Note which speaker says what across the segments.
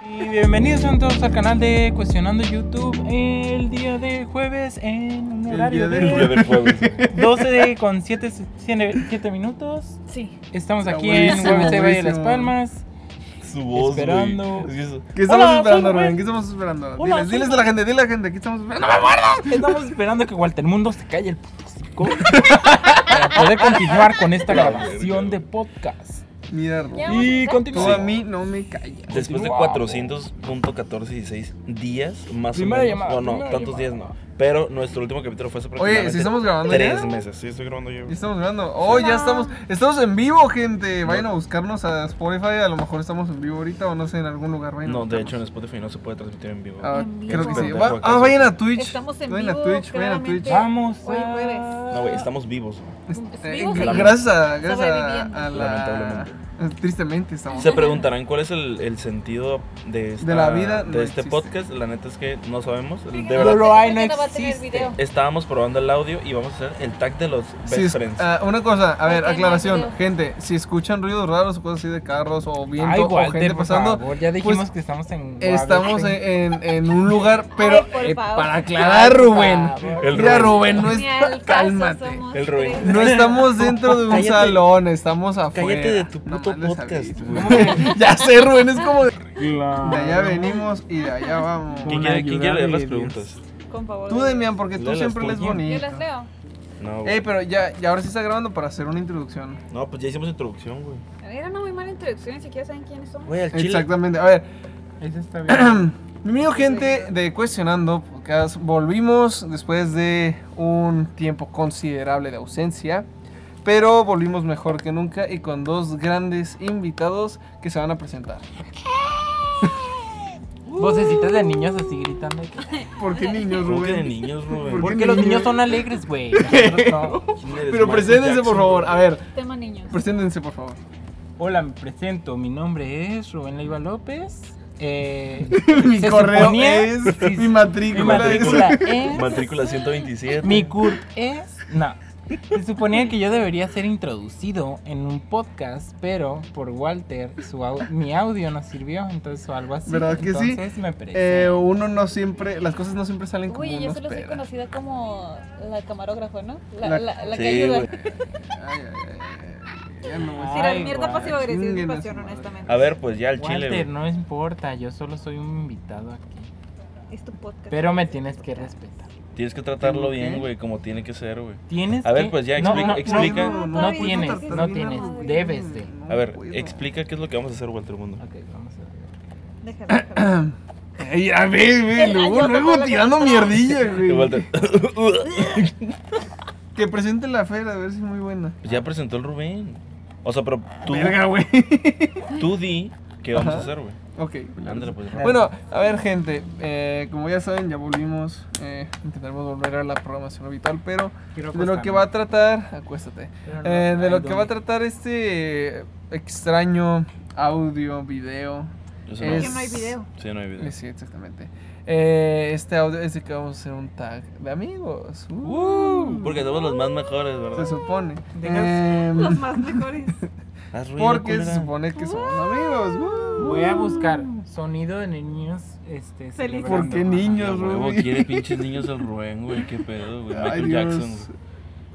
Speaker 1: Bienvenidos sean todos al canal de Cuestionando YouTube el día de jueves en un
Speaker 2: El
Speaker 1: horario
Speaker 2: día
Speaker 1: de,
Speaker 2: del
Speaker 3: Día del jueves.
Speaker 1: 12 de- con 7, minutos.
Speaker 4: Sí.
Speaker 1: Estamos
Speaker 2: Está
Speaker 1: aquí en
Speaker 2: buenísimo,
Speaker 1: Jueves de Valle de las
Speaker 2: buenísimo.
Speaker 1: Palmas.
Speaker 3: Su voz, güey.
Speaker 1: Esperando.
Speaker 3: Es que eso-
Speaker 2: ¿Qué estamos
Speaker 1: Hola,
Speaker 2: esperando,
Speaker 1: soy Rubén.
Speaker 2: Rubén? ¿Qué estamos esperando?
Speaker 1: Hola,
Speaker 2: diles,
Speaker 1: soy
Speaker 2: diles a la gente, dile a la gente, ¿qué estamos esperando?
Speaker 1: Estamos esperando que Walter Mundo se calle el puto hocico para poder continuar con esta
Speaker 3: La
Speaker 1: grabación de
Speaker 3: verga.
Speaker 1: podcast.
Speaker 4: Ya.
Speaker 2: Mierda.
Speaker 4: vamos a
Speaker 1: Y
Speaker 4: empezar?
Speaker 2: Tú
Speaker 1: continuamos.
Speaker 2: a mí no me callas.
Speaker 3: Después de
Speaker 1: Wow.
Speaker 3: 400.1416 días, más
Speaker 1: Primera
Speaker 3: o menos.
Speaker 1: llamada,
Speaker 3: no, no,
Speaker 1: primera
Speaker 3: tantos
Speaker 1: llamada.
Speaker 3: días no. Pero nuestro último capítulo fue hace
Speaker 2: Oye,
Speaker 3: aproximadamente
Speaker 2: si estamos grabando
Speaker 3: tres
Speaker 2: ya?
Speaker 3: meses. Sí, estoy grabando yo.
Speaker 2: Ya estamos grabando. Oh, ya
Speaker 4: Hola.
Speaker 2: estamos. Estamos en vivo, gente. Vayan
Speaker 3: No.
Speaker 2: a buscarnos a Spotify. A lo mejor estamos en vivo ahorita o no sé, en algún lugar. Vayan a
Speaker 3: No, de
Speaker 2: buscarnos.
Speaker 3: hecho en Spotify no se puede transmitir en vivo.
Speaker 2: Ah, creo
Speaker 4: En
Speaker 2: que
Speaker 4: vivo.
Speaker 2: sí.
Speaker 3: Pendejo,
Speaker 2: Va-
Speaker 3: ¿acaso?
Speaker 2: ah, vayan a Twitch.
Speaker 4: Estamos en
Speaker 2: vayan
Speaker 4: vivo,
Speaker 2: a Twitch, vayan a
Speaker 4: claramente.
Speaker 2: Twitch.
Speaker 1: Vamos
Speaker 4: Hoy
Speaker 1: a-
Speaker 4: jueves.
Speaker 3: no, güey, estamos vivos.
Speaker 2: Este,
Speaker 4: vivo,
Speaker 2: gr-
Speaker 3: seguimos.
Speaker 2: gracias a, gracias a,
Speaker 4: Sobreviviendo.
Speaker 2: a la... Tristemente estamos.
Speaker 3: Se preguntarán cuál es el, el sentido de, esta-
Speaker 2: De la vida
Speaker 3: de
Speaker 2: no
Speaker 3: este
Speaker 2: existe.
Speaker 3: podcast. La neta es que no sabemos. De
Speaker 1: No
Speaker 3: verdad,
Speaker 1: lo hay, no
Speaker 4: Mañana va a tener
Speaker 1: existe.
Speaker 4: video.
Speaker 3: estábamos probando el audio y vamos a hacer el tag de los best
Speaker 2: Sí, es-
Speaker 3: friends.
Speaker 2: ah, una cosa, a ver,
Speaker 4: Ok, no hay
Speaker 2: aclaración,
Speaker 4: video.
Speaker 2: gente, si escuchan ruidos raros o cosas así de carros o viento
Speaker 1: Ay,
Speaker 2: o
Speaker 1: Walter,
Speaker 2: gente
Speaker 1: por
Speaker 2: pasando,
Speaker 1: favor, ya dijimos
Speaker 2: pues,
Speaker 1: que estamos en.
Speaker 2: estamos
Speaker 1: Guadalupe.
Speaker 2: en, en- en un lugar, pero
Speaker 4: por
Speaker 2: eh,
Speaker 4: favor.
Speaker 2: para aclarar, Rubén,
Speaker 1: Por favor.
Speaker 3: El
Speaker 2: mira,
Speaker 3: Rubén.
Speaker 2: Rubén, no
Speaker 4: Ni al
Speaker 2: es,
Speaker 4: caso
Speaker 2: cálmate,
Speaker 4: somos
Speaker 3: El Rubén.
Speaker 4: tres.
Speaker 2: no estamos dentro de un
Speaker 3: Cállate.
Speaker 2: salón, estamos afuera.
Speaker 3: Cállate de tu puto
Speaker 2: Nomás les
Speaker 3: podcast,
Speaker 2: aviso.
Speaker 3: güey.
Speaker 2: ya sé, Rubén, es como de,
Speaker 1: Claro.
Speaker 2: de allá venimos y de allá vamos.
Speaker 3: ¿Quién
Speaker 1: Una
Speaker 3: quiere, quién quiere leer
Speaker 1: ayuda
Speaker 3: las
Speaker 1: de
Speaker 3: preguntas?
Speaker 4: Con favor.
Speaker 2: Tú,
Speaker 4: de-
Speaker 2: Demian, porque tú
Speaker 3: Léelas
Speaker 2: siempre
Speaker 3: tú.
Speaker 2: lees
Speaker 3: Yo
Speaker 4: Yo
Speaker 2: bonito.
Speaker 4: las leo.
Speaker 3: No, güey.
Speaker 2: Ey, pero ya, ya ahora sí está grabando para hacer una introducción.
Speaker 3: No, pues ya hicimos introducción, güey.
Speaker 4: Era una muy mala introducción, ni siquiera saben quiénes son.
Speaker 3: Güey, al chile.
Speaker 2: Exactamente, a ver,
Speaker 1: Ese está bien.
Speaker 2: Bienvenido gente de Cuestionando Podcast. Volvimos después de un tiempo considerable de ausencia, pero volvimos mejor que nunca y con dos grandes invitados que se van a presentar.
Speaker 1: Vocecitas de niños así gritando.
Speaker 2: ¿Por qué niños,
Speaker 3: ¿Cómo que de niños, Rubén?
Speaker 2: ¿Por
Speaker 1: ¿Por
Speaker 2: qué
Speaker 1: qué los
Speaker 2: niños?
Speaker 1: niños son alegres, güey? Nosotros no.
Speaker 3: ¿Quién eres,
Speaker 2: Pero
Speaker 3: Michael
Speaker 2: preséntense
Speaker 3: Jackson,
Speaker 2: por favor,
Speaker 3: güey?
Speaker 2: a ver,
Speaker 4: Tema niños.
Speaker 2: preséntense por favor.
Speaker 1: Hola, me presento. Mi nombre es Rubén Leiva López. Eh,
Speaker 2: Mi
Speaker 1: se
Speaker 2: correo
Speaker 1: suponía-
Speaker 2: es,
Speaker 1: sí,
Speaker 2: mi
Speaker 1: mi
Speaker 2: matrícula
Speaker 1: matrícula
Speaker 2: es...
Speaker 1: es.
Speaker 3: Matrícula 127.
Speaker 1: Mi CURP es. No. Se suponía que yo debería ser introducido en un podcast, pero por Walter su au- mi audio no sirvió, entonces o algo así.
Speaker 2: ¿Verdad que sí?
Speaker 1: Entonces me
Speaker 2: Eh,
Speaker 1: presento.
Speaker 2: uno no siempre, las cosas no siempre salen como
Speaker 4: Uy, yo
Speaker 2: uno
Speaker 4: solo soy
Speaker 2: espera.
Speaker 4: conocida como la camarógrafa, ¿no? La,
Speaker 2: La-
Speaker 4: la, la, que
Speaker 3: Sí,
Speaker 4: ayuda.
Speaker 3: güey.
Speaker 2: Ay, ay, ay, ay, ya me voy.
Speaker 1: Ah,
Speaker 4: Tirar
Speaker 1: Ay,
Speaker 4: mierda
Speaker 1: guau,
Speaker 4: pasivo agresiva es mi
Speaker 2: chinguen a su
Speaker 4: pasión,
Speaker 2: madre.
Speaker 4: honestamente.
Speaker 3: A ver, pues ya al chile,
Speaker 1: Walter,
Speaker 3: güey.
Speaker 1: no importa, yo solo soy un invitado aquí.
Speaker 4: Es tu podcast.
Speaker 1: Pero me tienes que respetar.
Speaker 3: Tienes que tratarlo
Speaker 2: ¿Tengo qué?
Speaker 3: bien, güey, como tiene que ser, güey.
Speaker 1: Tienes
Speaker 3: A ver,
Speaker 1: que-
Speaker 3: pues ya, explica- explica.
Speaker 1: No,
Speaker 4: No puedo
Speaker 1: tienes,
Speaker 4: tratar
Speaker 1: no
Speaker 4: bien,
Speaker 1: tienes,
Speaker 4: no puedo.
Speaker 1: debes de.
Speaker 3: A ver, explica qué es lo que vamos a hacer, Walter Mundo.
Speaker 2: Ah,
Speaker 1: Ok, vamos a ver.
Speaker 4: Déjalo, déjalo.
Speaker 2: Ey, a ver, güey,
Speaker 4: El
Speaker 2: luego,
Speaker 4: año
Speaker 2: luego
Speaker 4: pasado
Speaker 2: tirando
Speaker 4: que
Speaker 2: mierdilla,
Speaker 3: Y
Speaker 2: güey.
Speaker 3: Walter,
Speaker 2: Que presente la feria, a ver si es muy buena.
Speaker 3: pues ya presentó el Rubén. O sea, pero tú,
Speaker 2: Verga, güey.
Speaker 3: tú di qué vamos
Speaker 2: Ajá.
Speaker 3: a hacer, güey.
Speaker 2: ok.
Speaker 3: Ándale, pues. Rubén.
Speaker 2: Bueno, a ver, gente. eh, como ya saben, ya volvimos. eh, intentaremos volver a la programación habitual, pero
Speaker 1: Quiero
Speaker 2: de lo que va a tratar. Acuéstate.
Speaker 1: Pero no
Speaker 2: Eh, de
Speaker 1: hay
Speaker 2: lo que va a
Speaker 1: dónde.
Speaker 2: tratar este eh, extraño audio, video.
Speaker 3: Eso no.
Speaker 2: es-
Speaker 4: Porque no hay video.
Speaker 3: Sí, no hay video.
Speaker 2: Sí, exactamente. Eh, este audio es de que vamos a hacer un tag de amigos. Uh.
Speaker 3: Uh, porque somos los más mejores,
Speaker 2: Se
Speaker 3: ¿verdad?
Speaker 2: supone.
Speaker 1: Dejas-
Speaker 2: Em,
Speaker 4: Los más mejores.
Speaker 3: Haz ruido,
Speaker 2: porque se
Speaker 3: culera.
Speaker 2: supone que somos amigos. uh.
Speaker 1: Voy a buscar sonido de niños este,
Speaker 4: Felices.
Speaker 1: celebrando.
Speaker 2: ¿Por qué
Speaker 1: Ajá.
Speaker 3: Ya,
Speaker 2: niños,
Speaker 3: huevo,
Speaker 2: Rubén?
Speaker 3: quiere pinches niños al Rubén, güey. Qué pedo, güey.
Speaker 2: Ay,
Speaker 3: Michael
Speaker 2: Dios.
Speaker 3: Jackson,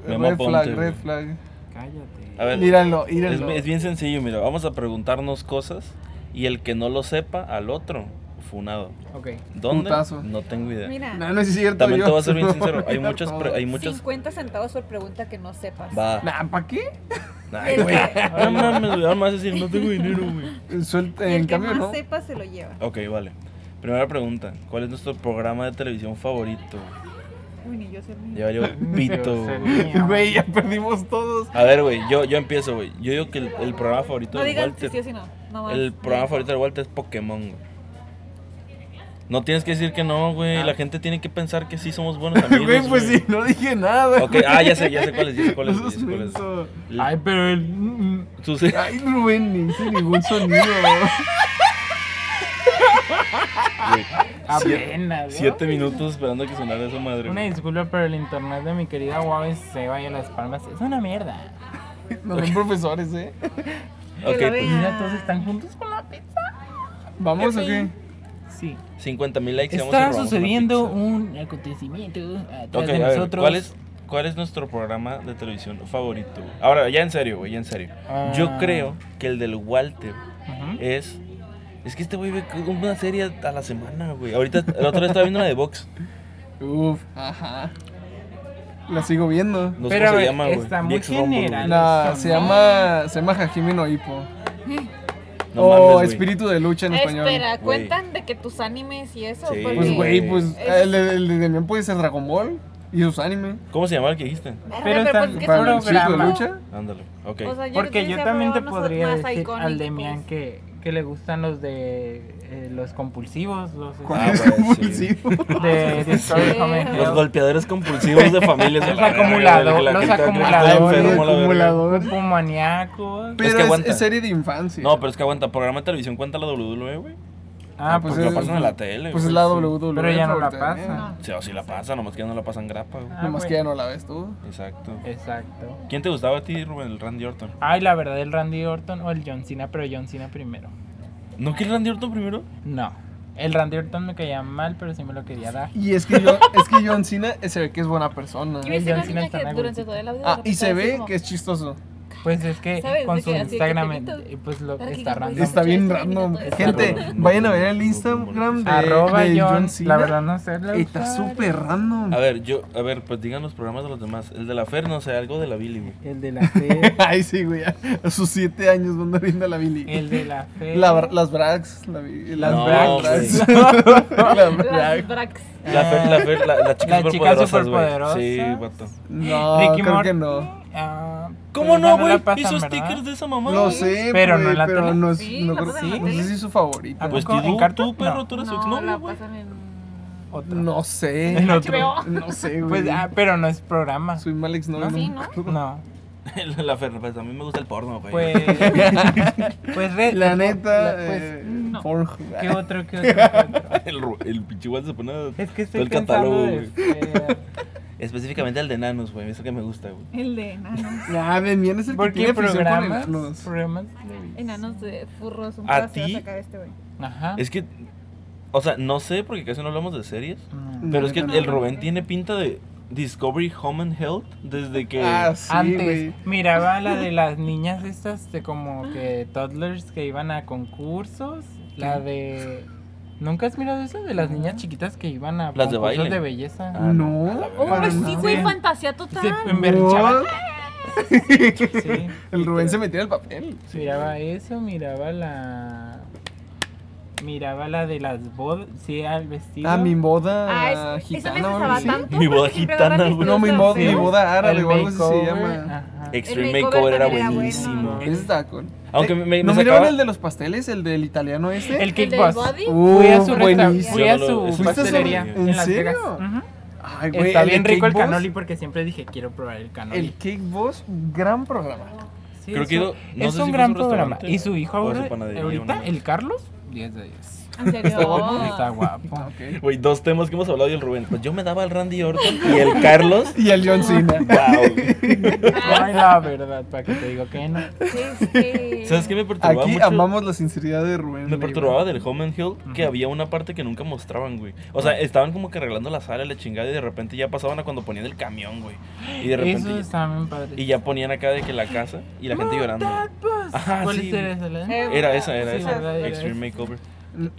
Speaker 3: güey. Memo
Speaker 2: Red
Speaker 3: Ponte,
Speaker 2: flag,
Speaker 3: güey.
Speaker 2: red flag.
Speaker 1: Cállate.
Speaker 3: A ver,
Speaker 2: Míralo,
Speaker 3: Es,
Speaker 2: míralo.
Speaker 3: es bien sencillo, mira, vamos a preguntarnos cosas y el que no lo sepa al otro, funado.
Speaker 1: Ok.
Speaker 3: ¿Dónde?
Speaker 2: Putazo.
Speaker 3: No tengo idea.
Speaker 4: Mira,
Speaker 2: No, no es cierto.
Speaker 3: También
Speaker 2: yo
Speaker 3: te voy a ser bien
Speaker 2: no
Speaker 3: sincero, hay
Speaker 2: voy a
Speaker 3: muchas, pre-
Speaker 2: todo.
Speaker 3: hay muchas...
Speaker 4: 50 centavos por pregunta que no sepas.
Speaker 3: Va.
Speaker 2: Nah, ¿para qué?
Speaker 3: Ay, güey. No mames, güey, ahora me vas a decir, no tengo dinero, güey.
Speaker 2: Suelta,
Speaker 4: Y el
Speaker 2: en
Speaker 4: que
Speaker 2: cambio,
Speaker 4: más
Speaker 2: no.
Speaker 4: sepa se lo lleva.
Speaker 3: Ok, vale. Primera pregunta, ¿cuál es nuestro programa de televisión favorito?
Speaker 4: Uy, ni yo sé el mío.
Speaker 3: Ya valió pito, güey.
Speaker 2: Güey, ya perdimos todos.
Speaker 3: A ver, güey, yo, yo empiezo, güey. Yo digo que el, el programa favorito
Speaker 4: No
Speaker 3: de
Speaker 4: digan si
Speaker 3: Walter...
Speaker 4: sí o si no. no más.
Speaker 3: El programa favorito de Walter es Pokémon, güey. No tienes que decir que no, güey.
Speaker 1: Ah.
Speaker 3: La gente tiene que pensar que sí somos buenos amigos.
Speaker 2: Güey, pues sí, no dije nada.
Speaker 3: Ok, ah, ya sé, ya sé cuál es, ya sé cuál es,
Speaker 2: No
Speaker 3: ya sé cuál es.
Speaker 2: siento.
Speaker 3: L-
Speaker 1: Ay, pero el. mm,
Speaker 3: tú sí.
Speaker 2: Ay, Rubén, ni hice ningún sonido.
Speaker 3: Güey,
Speaker 1: Apenas. ¿no?
Speaker 3: Siete minutos esperando que sonara esa madre.
Speaker 1: ah, Una
Speaker 3: güey.
Speaker 1: disculpa, pero el internet de mi querida Guaves se vaya a las palmas. Es una mierda.
Speaker 2: No son profesores, ¿eh?
Speaker 4: Que
Speaker 3: Ok,
Speaker 4: la
Speaker 3: pues,
Speaker 4: vean.
Speaker 1: Mira, todos están juntos con la pizza.
Speaker 2: ¿Vamos o qué?
Speaker 1: Sí.
Speaker 3: 50 mil likes. y vamos y
Speaker 1: Está
Speaker 3: robamos una
Speaker 1: sucediendo
Speaker 3: pizza.
Speaker 1: un acontecimiento eh, atrás
Speaker 3: Ok,
Speaker 1: de
Speaker 3: a ver,
Speaker 1: nosotros.
Speaker 3: ¿cuál, es, ¿Cuál es nuestro programa de televisión favorito? güey? Ahora, ya en serio, güey, ya en serio.
Speaker 1: Ah,
Speaker 3: Yo creo que el del Walter
Speaker 1: ujú.
Speaker 3: es. Es que este güey ve una serie a la semana, güey. Ahorita, la otra vez estaba viendo la de Vox.
Speaker 2: Uf, ajá. La sigo viendo.
Speaker 3: No sé
Speaker 1: Pero
Speaker 3: cómo se
Speaker 1: eh,
Speaker 3: llama, güey.
Speaker 1: está muy
Speaker 3: Dix Rumble, güey.
Speaker 1: general.
Speaker 2: La, se llama se llama Hajime no Hippo.
Speaker 3: No
Speaker 2: o
Speaker 3: mames, güey.
Speaker 2: Espíritu de Lucha en español.
Speaker 4: Espera,
Speaker 3: Güey.
Speaker 4: ¿cuentan de que tus animes y eso?
Speaker 3: Sí.
Speaker 2: Pues
Speaker 4: Porque-
Speaker 2: güey, pues
Speaker 4: Es-
Speaker 2: el, el de Demian puede ser Dragon Ball y sus anime.
Speaker 3: ¿Cómo se llama el que dijiste?
Speaker 4: Verga,
Speaker 1: Pero
Speaker 4: pues
Speaker 1: están-
Speaker 4: es que
Speaker 1: para
Speaker 2: Para
Speaker 4: son
Speaker 2: el
Speaker 4: los
Speaker 2: Espíritu de
Speaker 1: programas.
Speaker 4: mismos.
Speaker 2: Lucha.
Speaker 3: Ándale, ok.
Speaker 4: O sea, yo
Speaker 1: Porque
Speaker 4: decía,
Speaker 1: yo
Speaker 4: pero
Speaker 1: también te
Speaker 4: unos
Speaker 1: podría
Speaker 4: más
Speaker 1: decir al
Speaker 4: icónicos,
Speaker 1: Demian
Speaker 4: pues.
Speaker 1: que, que le gustan los de eh, los compulsivos, los
Speaker 2: ¿Cuál
Speaker 3: Ah,
Speaker 2: es
Speaker 3: güey, sí.
Speaker 2: compulsivo?
Speaker 1: de Discovery Home and
Speaker 3: Los
Speaker 1: Health.
Speaker 3: golpeadores compulsivos de familias. de
Speaker 1: Los
Speaker 3: la verga,
Speaker 1: acumulado-
Speaker 3: de la
Speaker 1: los
Speaker 3: gente que está
Speaker 1: acumuladores,
Speaker 3: enfermo, la verga.
Speaker 2: acumulador.
Speaker 1: Pulmoníacos.
Speaker 2: Pero es,
Speaker 3: aguanta.
Speaker 2: es serie de infancia.
Speaker 3: No, pero es que aguanta. Programa de televisión cuenta la WWE, güey.
Speaker 1: Ah,
Speaker 2: pues
Speaker 1: pues,
Speaker 3: Lo
Speaker 2: es-
Speaker 3: pasan en la tele,
Speaker 2: Pues
Speaker 3: güey.
Speaker 2: es la WWE.
Speaker 1: Pero ya no la
Speaker 2: ahorita, ¿eh?
Speaker 1: pasa.
Speaker 3: Sí, o sí la pasan, nomás que ya no la pasan grapa, güey.
Speaker 1: Ah,
Speaker 2: Nomás
Speaker 1: güey.
Speaker 2: que ya no la ves tú.
Speaker 3: Exacto.
Speaker 1: Exacto.
Speaker 3: ¿Quién te gustaba a ti, Rubén? El Randy Orton.
Speaker 1: Ay, la verdad, el Randy Orton o el John Cena, pero John Cena primero.
Speaker 3: ¿No quieres Randy Orton primero?
Speaker 1: No. El Randy Orton me caía mal, pero sí me lo quería dar.
Speaker 2: Y es que, yo, es que John Cena eh, se ve que es buena persona.
Speaker 4: Yo
Speaker 1: John
Speaker 4: decía una
Speaker 1: Cena
Speaker 4: niña
Speaker 1: está
Speaker 4: que
Speaker 1: en
Speaker 4: durante
Speaker 1: agüita.
Speaker 4: toda la vida
Speaker 2: Ah,
Speaker 4: de
Speaker 2: y se
Speaker 4: repente
Speaker 2: ve
Speaker 4: decía
Speaker 2: que es chistoso.
Speaker 1: Pues es que
Speaker 4: ¿Sabes?
Speaker 1: con
Speaker 4: De
Speaker 1: su
Speaker 4: que así de
Speaker 1: Instagram,
Speaker 4: pequeñito.
Speaker 1: eh, pues lo
Speaker 4: Para que
Speaker 1: está
Speaker 4: digan,
Speaker 1: random.
Speaker 4: güey,
Speaker 2: Está bien random.
Speaker 4: Está
Speaker 2: Gente,
Speaker 3: random.
Speaker 2: vayan a ver el Instagram de,
Speaker 1: Arroba
Speaker 2: de
Speaker 1: John,
Speaker 2: John
Speaker 1: La
Speaker 2: Cena.
Speaker 1: verdad, no sé. la
Speaker 2: Está
Speaker 1: usuaria.
Speaker 2: súper random.
Speaker 3: A ver, yo, a ver, pues digan los programas de los demás. El de la Fer, no sé, algo de la Billy, güey.
Speaker 1: El de la fe.
Speaker 2: Ay, sí, güey. A sus siete años donde viendo la Billy.
Speaker 1: El de la fe.
Speaker 2: La bra- las Brags. La, bi- las
Speaker 3: No,
Speaker 2: Brags. Las
Speaker 4: Las
Speaker 2: Brags.
Speaker 4: Brax.
Speaker 3: La Fer, la Fer, la, la chica
Speaker 1: Ah. La chica
Speaker 3: superpoderosas,
Speaker 1: superpoderosa.
Speaker 3: güey. Sí, vato.
Speaker 2: No,
Speaker 1: Ricky
Speaker 2: creo
Speaker 1: Morty.
Speaker 2: que no.
Speaker 1: Ah,
Speaker 3: ¿Cómo
Speaker 1: pero
Speaker 2: Eh,
Speaker 3: no,
Speaker 1: la
Speaker 3: güey?
Speaker 1: pasan,
Speaker 3: Hizo
Speaker 1: ¿verdad?
Speaker 3: stickers de esa mamá.
Speaker 2: Lo
Speaker 3: güey.
Speaker 2: sé,
Speaker 1: Pero
Speaker 2: güey,
Speaker 1: no en la
Speaker 2: pero
Speaker 1: tele.
Speaker 2: no, es-
Speaker 4: Sí,
Speaker 2: no
Speaker 4: la
Speaker 2: creo-
Speaker 4: pasan en la
Speaker 2: no sé
Speaker 4: tele.
Speaker 2: si es su favorita.
Speaker 1: ¿A
Speaker 3: Pues
Speaker 1: poco?
Speaker 3: tú,
Speaker 1: ¿En Cartoon?
Speaker 3: tú, perro,
Speaker 1: No.
Speaker 3: tú eres su
Speaker 4: No, pues,
Speaker 3: novio,
Speaker 4: la
Speaker 3: güey.
Speaker 4: pasan en...
Speaker 1: Otra.
Speaker 2: Eh, No sé.
Speaker 1: En
Speaker 4: HBO.
Speaker 2: No sé, güey.
Speaker 1: Pues, ah, pero no es programa.
Speaker 2: Soy mal exnovio.
Speaker 1: ¿No?
Speaker 2: no
Speaker 4: Sí,
Speaker 2: me
Speaker 4: ¿no?
Speaker 2: acuerdo.
Speaker 1: No.
Speaker 3: la Fer, pues a mí me gusta el porno, güey.
Speaker 1: Pues. pues red.
Speaker 2: La neta,
Speaker 1: pues,
Speaker 2: eh, ah,
Speaker 4: no.
Speaker 2: Pornhub.
Speaker 1: ¿Qué otro? ¿Qué otro? qué otro?
Speaker 3: El, ru- el pinche pues, igual se pone...
Speaker 2: eh.
Speaker 3: a-
Speaker 1: Es que estoy
Speaker 3: Todo el
Speaker 1: pensando
Speaker 3: catálogo,
Speaker 1: de Fer.
Speaker 3: Específicamente el de nanos, güey. Eso que me gusta, güey.
Speaker 4: El de enanos.
Speaker 2: Ah, Demian es el que
Speaker 1: ¿Por
Speaker 2: tiene
Speaker 1: qué
Speaker 2: afición por
Speaker 1: programas?
Speaker 2: enanos.
Speaker 1: Programas.
Speaker 4: Enanos de furros. Un
Speaker 3: ¿A
Speaker 4: pedazo se va
Speaker 3: ti?
Speaker 4: sacar este güey.
Speaker 2: Ah,
Speaker 1: Ajá.
Speaker 3: Es que... O sea, no sé, porque casi no hablamos de series.
Speaker 1: Mm.
Speaker 3: Pero es que
Speaker 2: No,
Speaker 3: el,
Speaker 2: no, no.
Speaker 3: Rubén tiene pinta de Discovery Home and Health desde que...
Speaker 2: Ah, sí,
Speaker 1: Antes
Speaker 2: güey.
Speaker 1: miraba la de las niñas estas de como que toddlers que iban a concursos, la de ¿Nunca has mirado eso de las niñas chiquitas que iban a
Speaker 3: Las de
Speaker 1: concursos
Speaker 3: baile.
Speaker 1: de belleza?
Speaker 3: Ah,
Speaker 2: no.
Speaker 4: Oh,
Speaker 2: para
Speaker 4: sí,
Speaker 2: nada.
Speaker 4: güey, fantasía
Speaker 1: Se
Speaker 4: total.
Speaker 1: emberchaba. Sí,
Speaker 2: El Rubén
Speaker 1: literal.
Speaker 2: se metió en el papel.
Speaker 1: Miraba eso, miraba la miraba la de las bodas, sí, al vestido.
Speaker 2: Ah, mi boda
Speaker 4: Ah, es, esa
Speaker 2: gitana.
Speaker 4: mesa
Speaker 2: o
Speaker 4: se
Speaker 2: algo
Speaker 4: va
Speaker 2: así.
Speaker 4: tanto.
Speaker 3: Mi boda
Speaker 4: porque siempre agarran
Speaker 3: gitana, güey.
Speaker 4: vestidos
Speaker 2: No, mi,
Speaker 4: tan
Speaker 2: mo-
Speaker 4: feos.
Speaker 2: mi boda árabe
Speaker 1: El
Speaker 2: o algo así se
Speaker 1: makeover, Ah,
Speaker 2: llama.
Speaker 1: ajá.
Speaker 3: Extreme
Speaker 4: El
Speaker 3: Makeover era
Speaker 4: makeover era
Speaker 3: buenísimo.
Speaker 4: bueno.
Speaker 2: Ese estaba cool.
Speaker 3: Aunque
Speaker 2: Eh,
Speaker 3: me- me-
Speaker 2: ¿No
Speaker 3: me
Speaker 2: miraron
Speaker 3: sacaba-
Speaker 2: el de los pasteles? ¿El del italiano
Speaker 1: El
Speaker 2: este?
Speaker 4: El del
Speaker 1: kickbox.
Speaker 4: body.
Speaker 1: Fui a su
Speaker 2: Uh,
Speaker 1: resta-
Speaker 2: buenísimo.
Speaker 1: fui a
Speaker 3: Yo no lo-
Speaker 1: su
Speaker 3: ¿Fuiste a su-
Speaker 1: pastelería
Speaker 3: ¿en
Speaker 1: en Las
Speaker 2: serio?
Speaker 1: Vegas. Ujú.
Speaker 2: Ay, güey,
Speaker 1: Está
Speaker 2: el de
Speaker 1: bien rico el
Speaker 2: Cake Boss-
Speaker 1: canoli porque siempre dije quiero probar el canoli.
Speaker 2: El Cake Boss, gran programa.
Speaker 1: Sí,
Speaker 3: Creo
Speaker 1: es
Speaker 3: que
Speaker 1: un-
Speaker 3: yo- no
Speaker 1: es
Speaker 3: sé
Speaker 1: un
Speaker 3: si fue
Speaker 1: gran
Speaker 3: su
Speaker 1: programa.
Speaker 3: restaurante
Speaker 1: Y su hijo
Speaker 3: o su
Speaker 1: ahora,
Speaker 3: panadería, una
Speaker 1: ahorita,
Speaker 3: vez.
Speaker 1: el Carlos, 10 de 10.
Speaker 4: ¿En serio?
Speaker 1: Está guapo.
Speaker 2: Ah, Ok.
Speaker 3: Güey, dos temas que hemos hablado y el Rubén. Pues yo me daba al Randy Orton y el Carlos.
Speaker 2: Y el John Cena.
Speaker 3: Wow.
Speaker 1: Ay, la verdad, para que te digo que no.
Speaker 4: Este...
Speaker 3: ¿Sabes qué me perturbaba
Speaker 2: Aquí
Speaker 3: mucho?
Speaker 2: amamos la sinceridad de Rubén.
Speaker 3: Me
Speaker 2: Leiva.
Speaker 3: perturbaba del Home and Hill que
Speaker 1: Ujú.
Speaker 3: había una parte que nunca mostraban, güey. O sea, estaban como que arreglando la sala, la chingada, y de repente ya pasaban a cuando ponían el camión, güey. Y de repente.
Speaker 1: Eso está bien padre.
Speaker 3: Y ya ponían acá de que la casa y la gente llorando. Ajá,
Speaker 1: pues. ¿Cuál
Speaker 3: sí.
Speaker 1: es el
Speaker 4: Eh,
Speaker 3: Era esa, era
Speaker 1: Sí,
Speaker 3: esa.
Speaker 1: ¿verdad? Era
Speaker 3: Extreme Makeover.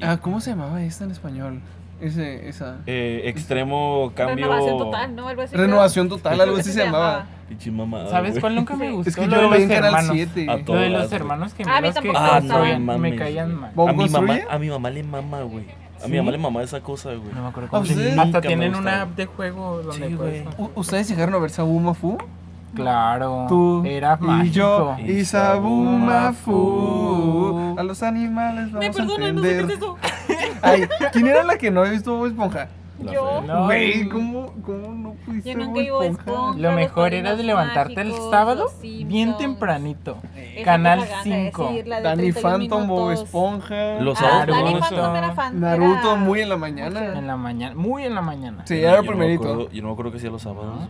Speaker 2: Ah, ¿Cómo se llamaba esta en español? Ese, esa.
Speaker 3: Eh, extremo cambio.
Speaker 4: Renovación total, ¿no? Algo así.
Speaker 2: Renovación total, algo así
Speaker 4: Así
Speaker 2: se llamaba.
Speaker 3: Pinche mamada,
Speaker 1: ¿Sabes
Speaker 3: Ah, güey.
Speaker 1: cuál nunca me
Speaker 4: Es
Speaker 1: gustó?
Speaker 2: Es que
Speaker 1: Lo
Speaker 2: yo
Speaker 1: de
Speaker 2: lo vi en
Speaker 1: los
Speaker 2: Canal
Speaker 1: hermanos.
Speaker 2: 7.
Speaker 3: A
Speaker 1: Lo de los
Speaker 3: güey.
Speaker 1: hermanos que
Speaker 4: Ah, a mí
Speaker 1: que
Speaker 4: tampoco me
Speaker 3: Ah, no,
Speaker 4: gustaban.
Speaker 1: me,
Speaker 3: mames,
Speaker 1: caían
Speaker 3: güey.
Speaker 1: mal.
Speaker 2: ¿Bob
Speaker 3: A mi, mamá,
Speaker 2: Construye?
Speaker 3: a mi mamá le mama, güey. A mi
Speaker 1: ¿Sí?
Speaker 3: mamá le mama esa cosa, güey.
Speaker 1: No me acuerdo
Speaker 2: ¿A
Speaker 1: cómo se
Speaker 2: ustedes?
Speaker 1: llama. Hasta
Speaker 3: Ah, Nunca me
Speaker 1: tienen una
Speaker 3: gustaba.
Speaker 1: app de juego donde
Speaker 3: Sí,
Speaker 1: puedes.
Speaker 3: güey.
Speaker 2: U- ¿Ustedes llegaron a ver Sabuma Fu?
Speaker 1: Claro.
Speaker 2: Tú
Speaker 1: Era
Speaker 2: y yo
Speaker 1: mágico.
Speaker 2: y
Speaker 1: Sabuma
Speaker 2: Sabuma Fu.
Speaker 1: Fu.
Speaker 2: A los animales
Speaker 4: Me
Speaker 2: vamos a
Speaker 4: perdonan, no sé qué
Speaker 2: entender.
Speaker 4: es eso.
Speaker 2: Ay, ¿quién era la que no había visto Bob Esponja?
Speaker 3: La
Speaker 4: Yo.
Speaker 3: fe.
Speaker 1: No,
Speaker 2: Güey,
Speaker 1: el-
Speaker 2: ¿cómo, ¿cómo no pudiste
Speaker 4: Yo
Speaker 2: ver Bob
Speaker 4: nunca iba a
Speaker 2: Esponja?
Speaker 4: Esponja.
Speaker 1: Lo
Speaker 4: los
Speaker 1: mejor era de
Speaker 4: padrinos
Speaker 1: levantarte el
Speaker 4: mágicos,
Speaker 1: sábado
Speaker 4: los
Speaker 1: bien
Speaker 4: Simpsons.
Speaker 1: tempranito.
Speaker 4: Esa
Speaker 1: Canal
Speaker 4: propaganda, es
Speaker 1: 5.
Speaker 4: decir, la de
Speaker 2: Danny
Speaker 4: 31
Speaker 2: Phantom, Bob
Speaker 4: minutos.
Speaker 2: Esponja.
Speaker 3: Los
Speaker 4: Ah,
Speaker 3: sábados que
Speaker 4: Danny
Speaker 3: daban eso.
Speaker 4: Phantom era fan. Eh,
Speaker 2: Naruto
Speaker 4: era-
Speaker 2: muy en la
Speaker 1: En
Speaker 2: mañana.
Speaker 1: la mañana, muy en la mañana.
Speaker 2: Sí, era el
Speaker 3: Yo no me
Speaker 2: primerito.
Speaker 3: acuerdo- yo no me acuerdo que hacía los sábados, güey.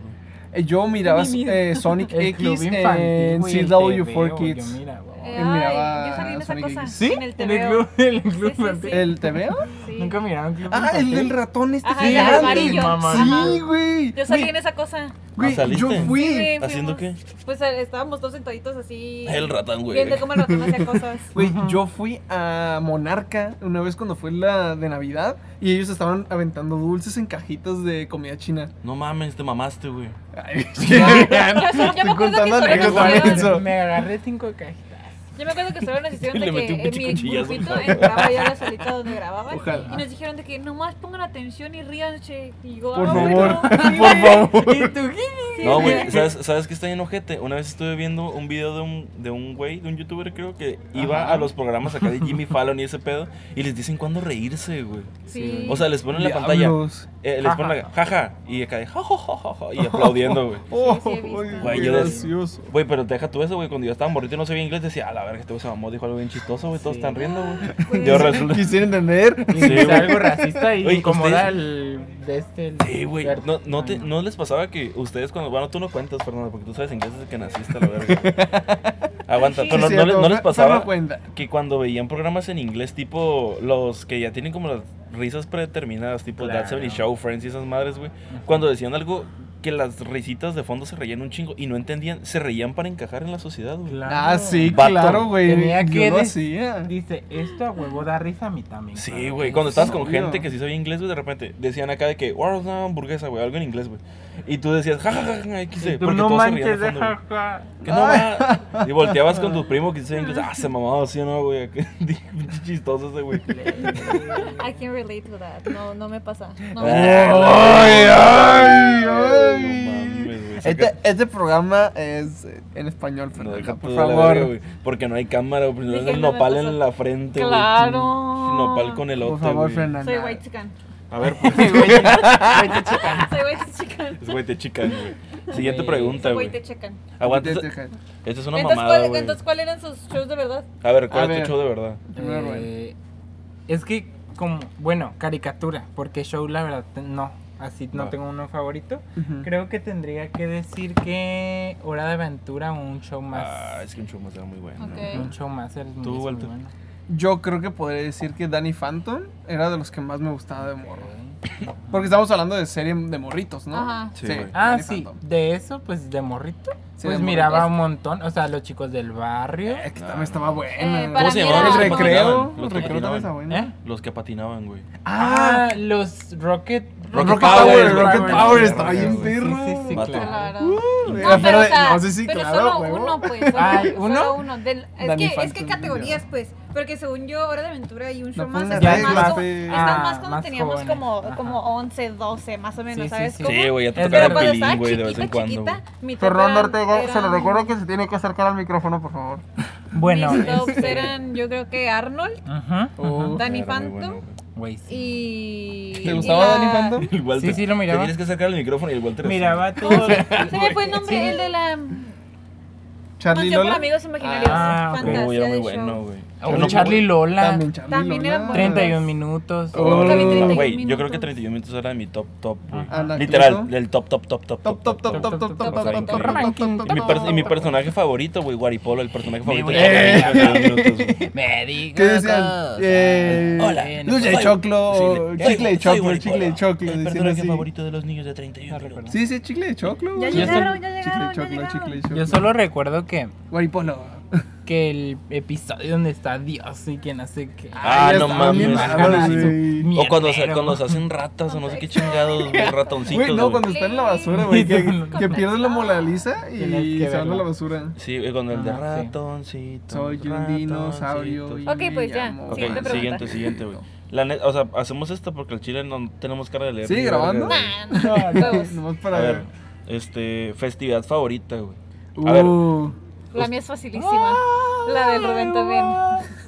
Speaker 2: Eh, Yo miraba
Speaker 4: Mi vida.
Speaker 2: eh, Sonic
Speaker 1: El club
Speaker 2: X eh,
Speaker 1: infantil,
Speaker 2: en
Speaker 1: güey, el
Speaker 2: CW4
Speaker 1: TVO, yo
Speaker 2: Kids.
Speaker 1: miraba, güey.
Speaker 4: Eh,
Speaker 2: Él miraba
Speaker 4: ay, yo salí en esa
Speaker 2: Sonic
Speaker 4: cosa.
Speaker 2: X.
Speaker 1: ¿Sí?
Speaker 4: En el
Speaker 1: En
Speaker 4: TVO.
Speaker 1: club, en el club
Speaker 4: Sí, sí,
Speaker 1: infantil.
Speaker 4: sí.
Speaker 2: ¿El te veo?
Speaker 4: Sí.
Speaker 1: Nunca miraron club
Speaker 2: Ah, el
Speaker 1: infantil?
Speaker 2: del ratón este
Speaker 4: Ajá, el
Speaker 2: gigante.
Speaker 4: amarillo. Ajá.
Speaker 2: Sí, güey.
Speaker 4: Yo salí
Speaker 2: Güey,
Speaker 4: en esa cosa.
Speaker 2: güey,
Speaker 3: Ah, ¿saliste?
Speaker 2: yo
Speaker 4: Sí,
Speaker 2: fui.
Speaker 4: güey,
Speaker 3: ¿Haciendo qué?
Speaker 4: fuimos- Pues eh, estábamos dos sentaditos así.
Speaker 3: El ratón, güey.
Speaker 4: Viendo cómo el ratón hacía cosas.
Speaker 2: Güey,
Speaker 1: Ajá.
Speaker 2: yo fui a Monarca una vez cuando fue la de Navidad y ellos estaban aventando dulces en cajitas de comida china.
Speaker 3: No mames, te mamaste, güey.
Speaker 2: Ay,
Speaker 4: Yo, yo me acuerdo que
Speaker 2: contando
Speaker 4: solo
Speaker 1: Me
Speaker 4: nos
Speaker 2: anécdotas,
Speaker 4: hicieron-
Speaker 2: eso.
Speaker 1: agarré- Me agarré cinco cajitas.
Speaker 4: Yo me acuerdo que solo nos hicieron
Speaker 3: Le
Speaker 4: de
Speaker 3: metí un
Speaker 4: que en
Speaker 3: pinche
Speaker 4: mi
Speaker 3: cuchillazo.
Speaker 4: grupito entraba yo a la salita donde grababan
Speaker 2: Ojalá.
Speaker 4: y nos dijeron de que nomás pongan atención y ríanse. Y digo,
Speaker 2: Por
Speaker 4: ah,
Speaker 2: favor,
Speaker 4: bueno. Sí,
Speaker 2: por
Speaker 4: güey.
Speaker 2: favor.
Speaker 1: ¿Y tú qué?
Speaker 4: Sí,
Speaker 3: No,
Speaker 4: güey.
Speaker 3: güey, ¿sabes, ¿sabes qué está bien ojete? Una vez estuve viendo un video de un, de un güey, de un youtuber creo, que iba
Speaker 2: Ajá.
Speaker 3: a los programas acá de Jimmy Fallon y ese pedo, y les dicen cuándo reírse, güey.
Speaker 4: Sí.
Speaker 3: O sea, les ponen la pantalla,
Speaker 2: Diablos.
Speaker 3: eh, les ponen la jaja, y acá de jajajaja, y aplaudiendo, güey.
Speaker 2: Oh,
Speaker 4: sí, he visto.
Speaker 2: güey,
Speaker 3: Güey, yo des-
Speaker 2: gracioso.
Speaker 3: Güey, pero deja tú eso, güey, cuando yo estaba morrito y no sabía inglés, decía, a la verga, este güey se mamó, dijo algo bien chistoso, güey, todos
Speaker 1: Sí.
Speaker 3: están riendo, güey.
Speaker 4: Güey.
Speaker 3: Yo resulta...
Speaker 2: Quisiera entender.
Speaker 3: Sí, güey.
Speaker 1: Es algo racista y
Speaker 3: Oye,
Speaker 1: incomodar
Speaker 3: ustedes-
Speaker 1: al de este. el-
Speaker 3: Sí, güey. No, no, te- no les pasaba que ustedes cuando. Bueno, tú no cuentas, Fernando, porque tú sabes inglés desde que naciste, la verga. Aguanta,
Speaker 4: Sí,
Speaker 3: pero no,
Speaker 2: Sí,
Speaker 3: no les-
Speaker 2: cierto,
Speaker 3: no les
Speaker 2: Fer- Fer
Speaker 3: pasaba
Speaker 2: no cuenta.
Speaker 3: que cuando veían programas en inglés, tipo los que ya tienen como las risas predeterminadas, tipo That
Speaker 1: Claro.
Speaker 3: 70 Show, Friends y esas madres, güey. Cuando decían algo que las risitas de fondo se reían un chingo y no entendían, se reían para encajar en la sociedad, güey.
Speaker 1: Claro.
Speaker 2: Ah, sí,
Speaker 3: Vato.
Speaker 2: claro, güey.
Speaker 1: Tenía
Speaker 2: Yo
Speaker 1: que
Speaker 2: lo
Speaker 1: des-
Speaker 2: hacía.
Speaker 1: Dice, esto a huevo da risa a mí también.
Speaker 3: Sí,
Speaker 1: claro.
Speaker 3: güey. Cuando estabas con
Speaker 2: obvio.
Speaker 3: gente que sí sabía inglés, güey, de repente decían acá de que, wow, una hamburguesa, güey, algo en inglés, güey. Y tú decías, jajaja,
Speaker 1: Y
Speaker 3: XD.
Speaker 1: tú
Speaker 3: porque
Speaker 1: no
Speaker 3: todos se reían de
Speaker 1: manches,
Speaker 3: fondo, güey.
Speaker 1: deja. ja".
Speaker 3: Que no va. Y volteabas con tu primo que dice inglés. Ah, se mamaba, sí o no, güey. Qué chistoso ese, güey.
Speaker 4: I can relate to that. No, no me pasa. No,
Speaker 3: Ah,
Speaker 2: Ay, ay, ay.
Speaker 3: No mames, güey.
Speaker 2: Este,
Speaker 3: Saca-
Speaker 2: este programa es eh, en español,
Speaker 3: No,
Speaker 2: Fernanda,
Speaker 3: deja
Speaker 2: por
Speaker 3: tú de la
Speaker 2: favor.
Speaker 3: verga, güey, Porque no hay cámara, güey. No es
Speaker 4: Dije,
Speaker 3: el
Speaker 4: no me
Speaker 3: nopal
Speaker 4: pasa.
Speaker 3: en la frente, güey.
Speaker 4: Claro.
Speaker 3: Nopal con el
Speaker 2: por
Speaker 3: otro.
Speaker 2: favor,
Speaker 3: güey.
Speaker 2: Fernanda.
Speaker 4: Soy white chican.
Speaker 3: A ver, pues.
Speaker 1: Güey, güey, te checan.
Speaker 4: Soy white chican.
Speaker 3: Es güey, te chican, güey. Siguiente
Speaker 1: Güey.
Speaker 3: pregunta,
Speaker 4: Soy
Speaker 3: güey.
Speaker 4: white chican.
Speaker 3: Aguanta.
Speaker 2: Te-
Speaker 3: Esta
Speaker 2: te-
Speaker 3: esta es una
Speaker 4: Entonces,
Speaker 3: mamada,
Speaker 4: ¿cuál,
Speaker 3: güey.
Speaker 4: entonces, ¿cuál eran sus shows de verdad?
Speaker 3: A ver, ¿cuál
Speaker 2: A
Speaker 3: es
Speaker 2: ver.
Speaker 3: tu show de verdad?
Speaker 2: Primero, güey.
Speaker 1: Eh, es que, como, bueno, caricatura, porque show, la verdad, te- no. Así no,
Speaker 3: No.
Speaker 1: tengo uno favorito.
Speaker 2: Ujú.
Speaker 1: Creo que tendría que decir que Hora de Aventura o un show más.
Speaker 3: Ah, es que un show más era muy bueno.
Speaker 4: Ok.
Speaker 1: Un show más. eres muy-
Speaker 3: Tú,
Speaker 1: es muy
Speaker 3: Walter.
Speaker 1: bueno.
Speaker 2: Yo creo que podría decir que Danny Phantom era de los que más me gustaba de morro. Porque estamos hablando de serie de morritos, ¿no?
Speaker 4: Ajá.
Speaker 3: Sí, güey.
Speaker 1: Ah,
Speaker 2: Danny
Speaker 1: sí,
Speaker 2: Phantom.
Speaker 1: de eso, pues de morrito.
Speaker 2: Sí,
Speaker 1: Pues
Speaker 2: de
Speaker 1: miraba
Speaker 2: morritos.
Speaker 1: un montón, o sea, los chicos del barrio.
Speaker 2: Eh, que
Speaker 3: No,
Speaker 2: también
Speaker 3: no.
Speaker 2: estaba
Speaker 4: Eh,
Speaker 2: buena.
Speaker 4: para ¿Cómo se mí llamaban era-
Speaker 2: El
Speaker 4: los que
Speaker 2: recreo.
Speaker 3: patinaban?
Speaker 2: El
Speaker 3: Los que
Speaker 2: recreo también
Speaker 3: patinaban.
Speaker 2: estaba bueno.
Speaker 1: ¿Eh?
Speaker 3: Los que patinaban, güey.
Speaker 1: Ah, los Rocket,
Speaker 3: Rocket
Speaker 2: Rocket Power,
Speaker 3: Power,
Speaker 2: Rocket Power,
Speaker 3: Rocket
Speaker 2: estaba
Speaker 3: Power,
Speaker 2: bien
Speaker 1: güey. Sí,
Speaker 2: perro.
Speaker 1: sí, sí,
Speaker 3: Vato.
Speaker 1: claro.
Speaker 4: Claro.
Speaker 3: No,
Speaker 2: Era
Speaker 4: pero,
Speaker 2: perro
Speaker 4: o
Speaker 2: Uh, de-
Speaker 4: sea,
Speaker 2: no sé si,
Speaker 4: pero
Speaker 2: claro, Ah,
Speaker 4: solo
Speaker 2: huevo.
Speaker 4: uno, pues. solo-
Speaker 1: Ay, ¿uno?
Speaker 4: Solo uno. Del- es,
Speaker 2: Danny
Speaker 4: que, es que hay
Speaker 2: Phantom,
Speaker 4: categorías, pues. Porque según yo, Hora de Aventura y un
Speaker 2: fue
Speaker 4: show más
Speaker 2: una
Speaker 4: están
Speaker 1: regla,
Speaker 4: más, como,
Speaker 2: fue-
Speaker 4: están
Speaker 1: Ah,
Speaker 4: más cuando
Speaker 1: más
Speaker 4: teníamos
Speaker 1: jóvenes. Ajá.
Speaker 4: como, como 11, 12, más o menos,
Speaker 1: Sí, sí,
Speaker 4: ¿sabes?
Speaker 1: sí.
Speaker 4: cómo?
Speaker 3: Sí, güey, ya te
Speaker 1: Es
Speaker 3: tocaba el
Speaker 1: verdad.
Speaker 4: cuando estaba
Speaker 3: pelín, güey, de vez
Speaker 4: chiquita,
Speaker 3: en cuando. güey.
Speaker 4: chiquita, mi top
Speaker 2: Fernando
Speaker 4: eran-
Speaker 2: Ortega, se lo
Speaker 4: eran-
Speaker 2: recuerdo que se tiene que acercar al micrófono, por favor.
Speaker 4: Pues
Speaker 1: Bueno,
Speaker 4: mis tops
Speaker 1: este,
Speaker 4: eran, yo creo que Arnold,
Speaker 1: ajá,
Speaker 2: Oh.
Speaker 1: ajá,
Speaker 4: Danny
Speaker 3: Era muy
Speaker 4: Phantom
Speaker 3: bueno,
Speaker 1: güey,
Speaker 3: güey.
Speaker 1: sí.
Speaker 4: y...
Speaker 2: ¿Te
Speaker 4: y
Speaker 2: gustaba
Speaker 4: la-
Speaker 2: Danny Phantom?
Speaker 3: El Walter.
Speaker 1: Sí, sí, lo miraba.
Speaker 3: Te tienes que acercar el micrófono y el Walter. así.
Speaker 1: Miraba todo.
Speaker 4: Se me fue el nombre,
Speaker 1: Sí.
Speaker 4: el de la...
Speaker 2: Charlie
Speaker 4: Mansión para
Speaker 2: Lola.
Speaker 4: amigos imaginarios.
Speaker 1: Ah,
Speaker 3: Uy,
Speaker 4: fantasía
Speaker 3: era muy
Speaker 4: de
Speaker 3: bueno,
Speaker 4: show.
Speaker 3: güey.
Speaker 1: O
Speaker 3: Pero-
Speaker 1: Oh, Charlie Lola.
Speaker 2: También Charlie
Speaker 4: También
Speaker 2: Lola.
Speaker 4: eran buenos.
Speaker 1: 31 minutos.
Speaker 2: Oh.
Speaker 4: Nunca vi 31
Speaker 3: Güey, yo creo
Speaker 4: minutos.
Speaker 3: que 31 minutos era mi top, top, güey.
Speaker 1: Ajá.
Speaker 2: Ana Cleto.
Speaker 3: Literal, el top, top, top, top.
Speaker 2: Ah, Top, top, top, top, top, top, top, top, top, top, top, top, top,
Speaker 3: Y mi,
Speaker 2: top,
Speaker 3: per- y mi
Speaker 2: top.
Speaker 3: personaje favorito, güey, Guaripolo, el personaje favorito.
Speaker 1: voy
Speaker 3: de
Speaker 1: a
Speaker 3: Guaripolo,
Speaker 1: ver.
Speaker 3: 31 minutos, güey.
Speaker 1: Me digo
Speaker 2: ¿Qué decían?
Speaker 1: cosas.
Speaker 2: Eh,
Speaker 1: Hola.
Speaker 2: Dulce de
Speaker 3: Soy-
Speaker 2: choclo,
Speaker 3: soy-
Speaker 2: chicle de
Speaker 3: soy
Speaker 2: choclo,
Speaker 3: Guaripolo,
Speaker 2: chicle de choclo,
Speaker 3: El
Speaker 2: decían
Speaker 3: personaje
Speaker 2: así.
Speaker 3: favorito de los niños de 31
Speaker 1: No recuerdo.
Speaker 3: minutos.
Speaker 2: Sí, sí, chicle de choclo.
Speaker 4: Ya
Speaker 2: güey.
Speaker 1: solo-
Speaker 4: llegaron, ya
Speaker 2: Chicle de
Speaker 4: llegaron, ya
Speaker 2: choclo,
Speaker 4: llegaron.
Speaker 2: chicle de choclo.
Speaker 1: Yo solo recuerdo que,
Speaker 2: Guaripolo.
Speaker 1: que el episodio donde está Dios y que no sé qué.
Speaker 3: Ah,
Speaker 2: Ay,
Speaker 3: no
Speaker 2: está
Speaker 3: mames,
Speaker 2: bien
Speaker 3: es
Speaker 2: raro,
Speaker 1: buenísimo.
Speaker 2: güey.
Speaker 1: Mierdero.
Speaker 3: O cuando se, cuando se hacen ratas o no sé qué chingados, güey, ratoncitos.
Speaker 2: Güey, no,
Speaker 3: güey.
Speaker 2: cuando está en la basura, güey, que, que pierde la Mona Lisa
Speaker 1: Tienes
Speaker 2: y
Speaker 1: que
Speaker 2: se van a la
Speaker 1: verlo.
Speaker 2: basura.
Speaker 3: Sí, güey, con el de
Speaker 1: Ajá, sí.
Speaker 3: ratoncito.
Speaker 2: Soy un
Speaker 3: ratoncito.
Speaker 2: dinosaurio. y
Speaker 4: Ok, pues ya,
Speaker 2: amo.
Speaker 3: Ok,
Speaker 4: Siguiente pregunta.
Speaker 3: siguiente, siguiente, güey. La neta, o sea, hacemos esto porque el chile no tenemos cara de leer.
Speaker 2: ¿Sigue
Speaker 3: ni
Speaker 2: grabando?
Speaker 3: verga,
Speaker 4: Nah,
Speaker 2: No,
Speaker 4: no, huevos.
Speaker 2: Nomás
Speaker 3: güey.
Speaker 2: para
Speaker 3: A ver,
Speaker 2: ver.
Speaker 3: este, festividad favorita, güey. A ver,
Speaker 2: Uh,
Speaker 4: La mía es facilísima.
Speaker 2: Ah.
Speaker 4: La del Rubén también.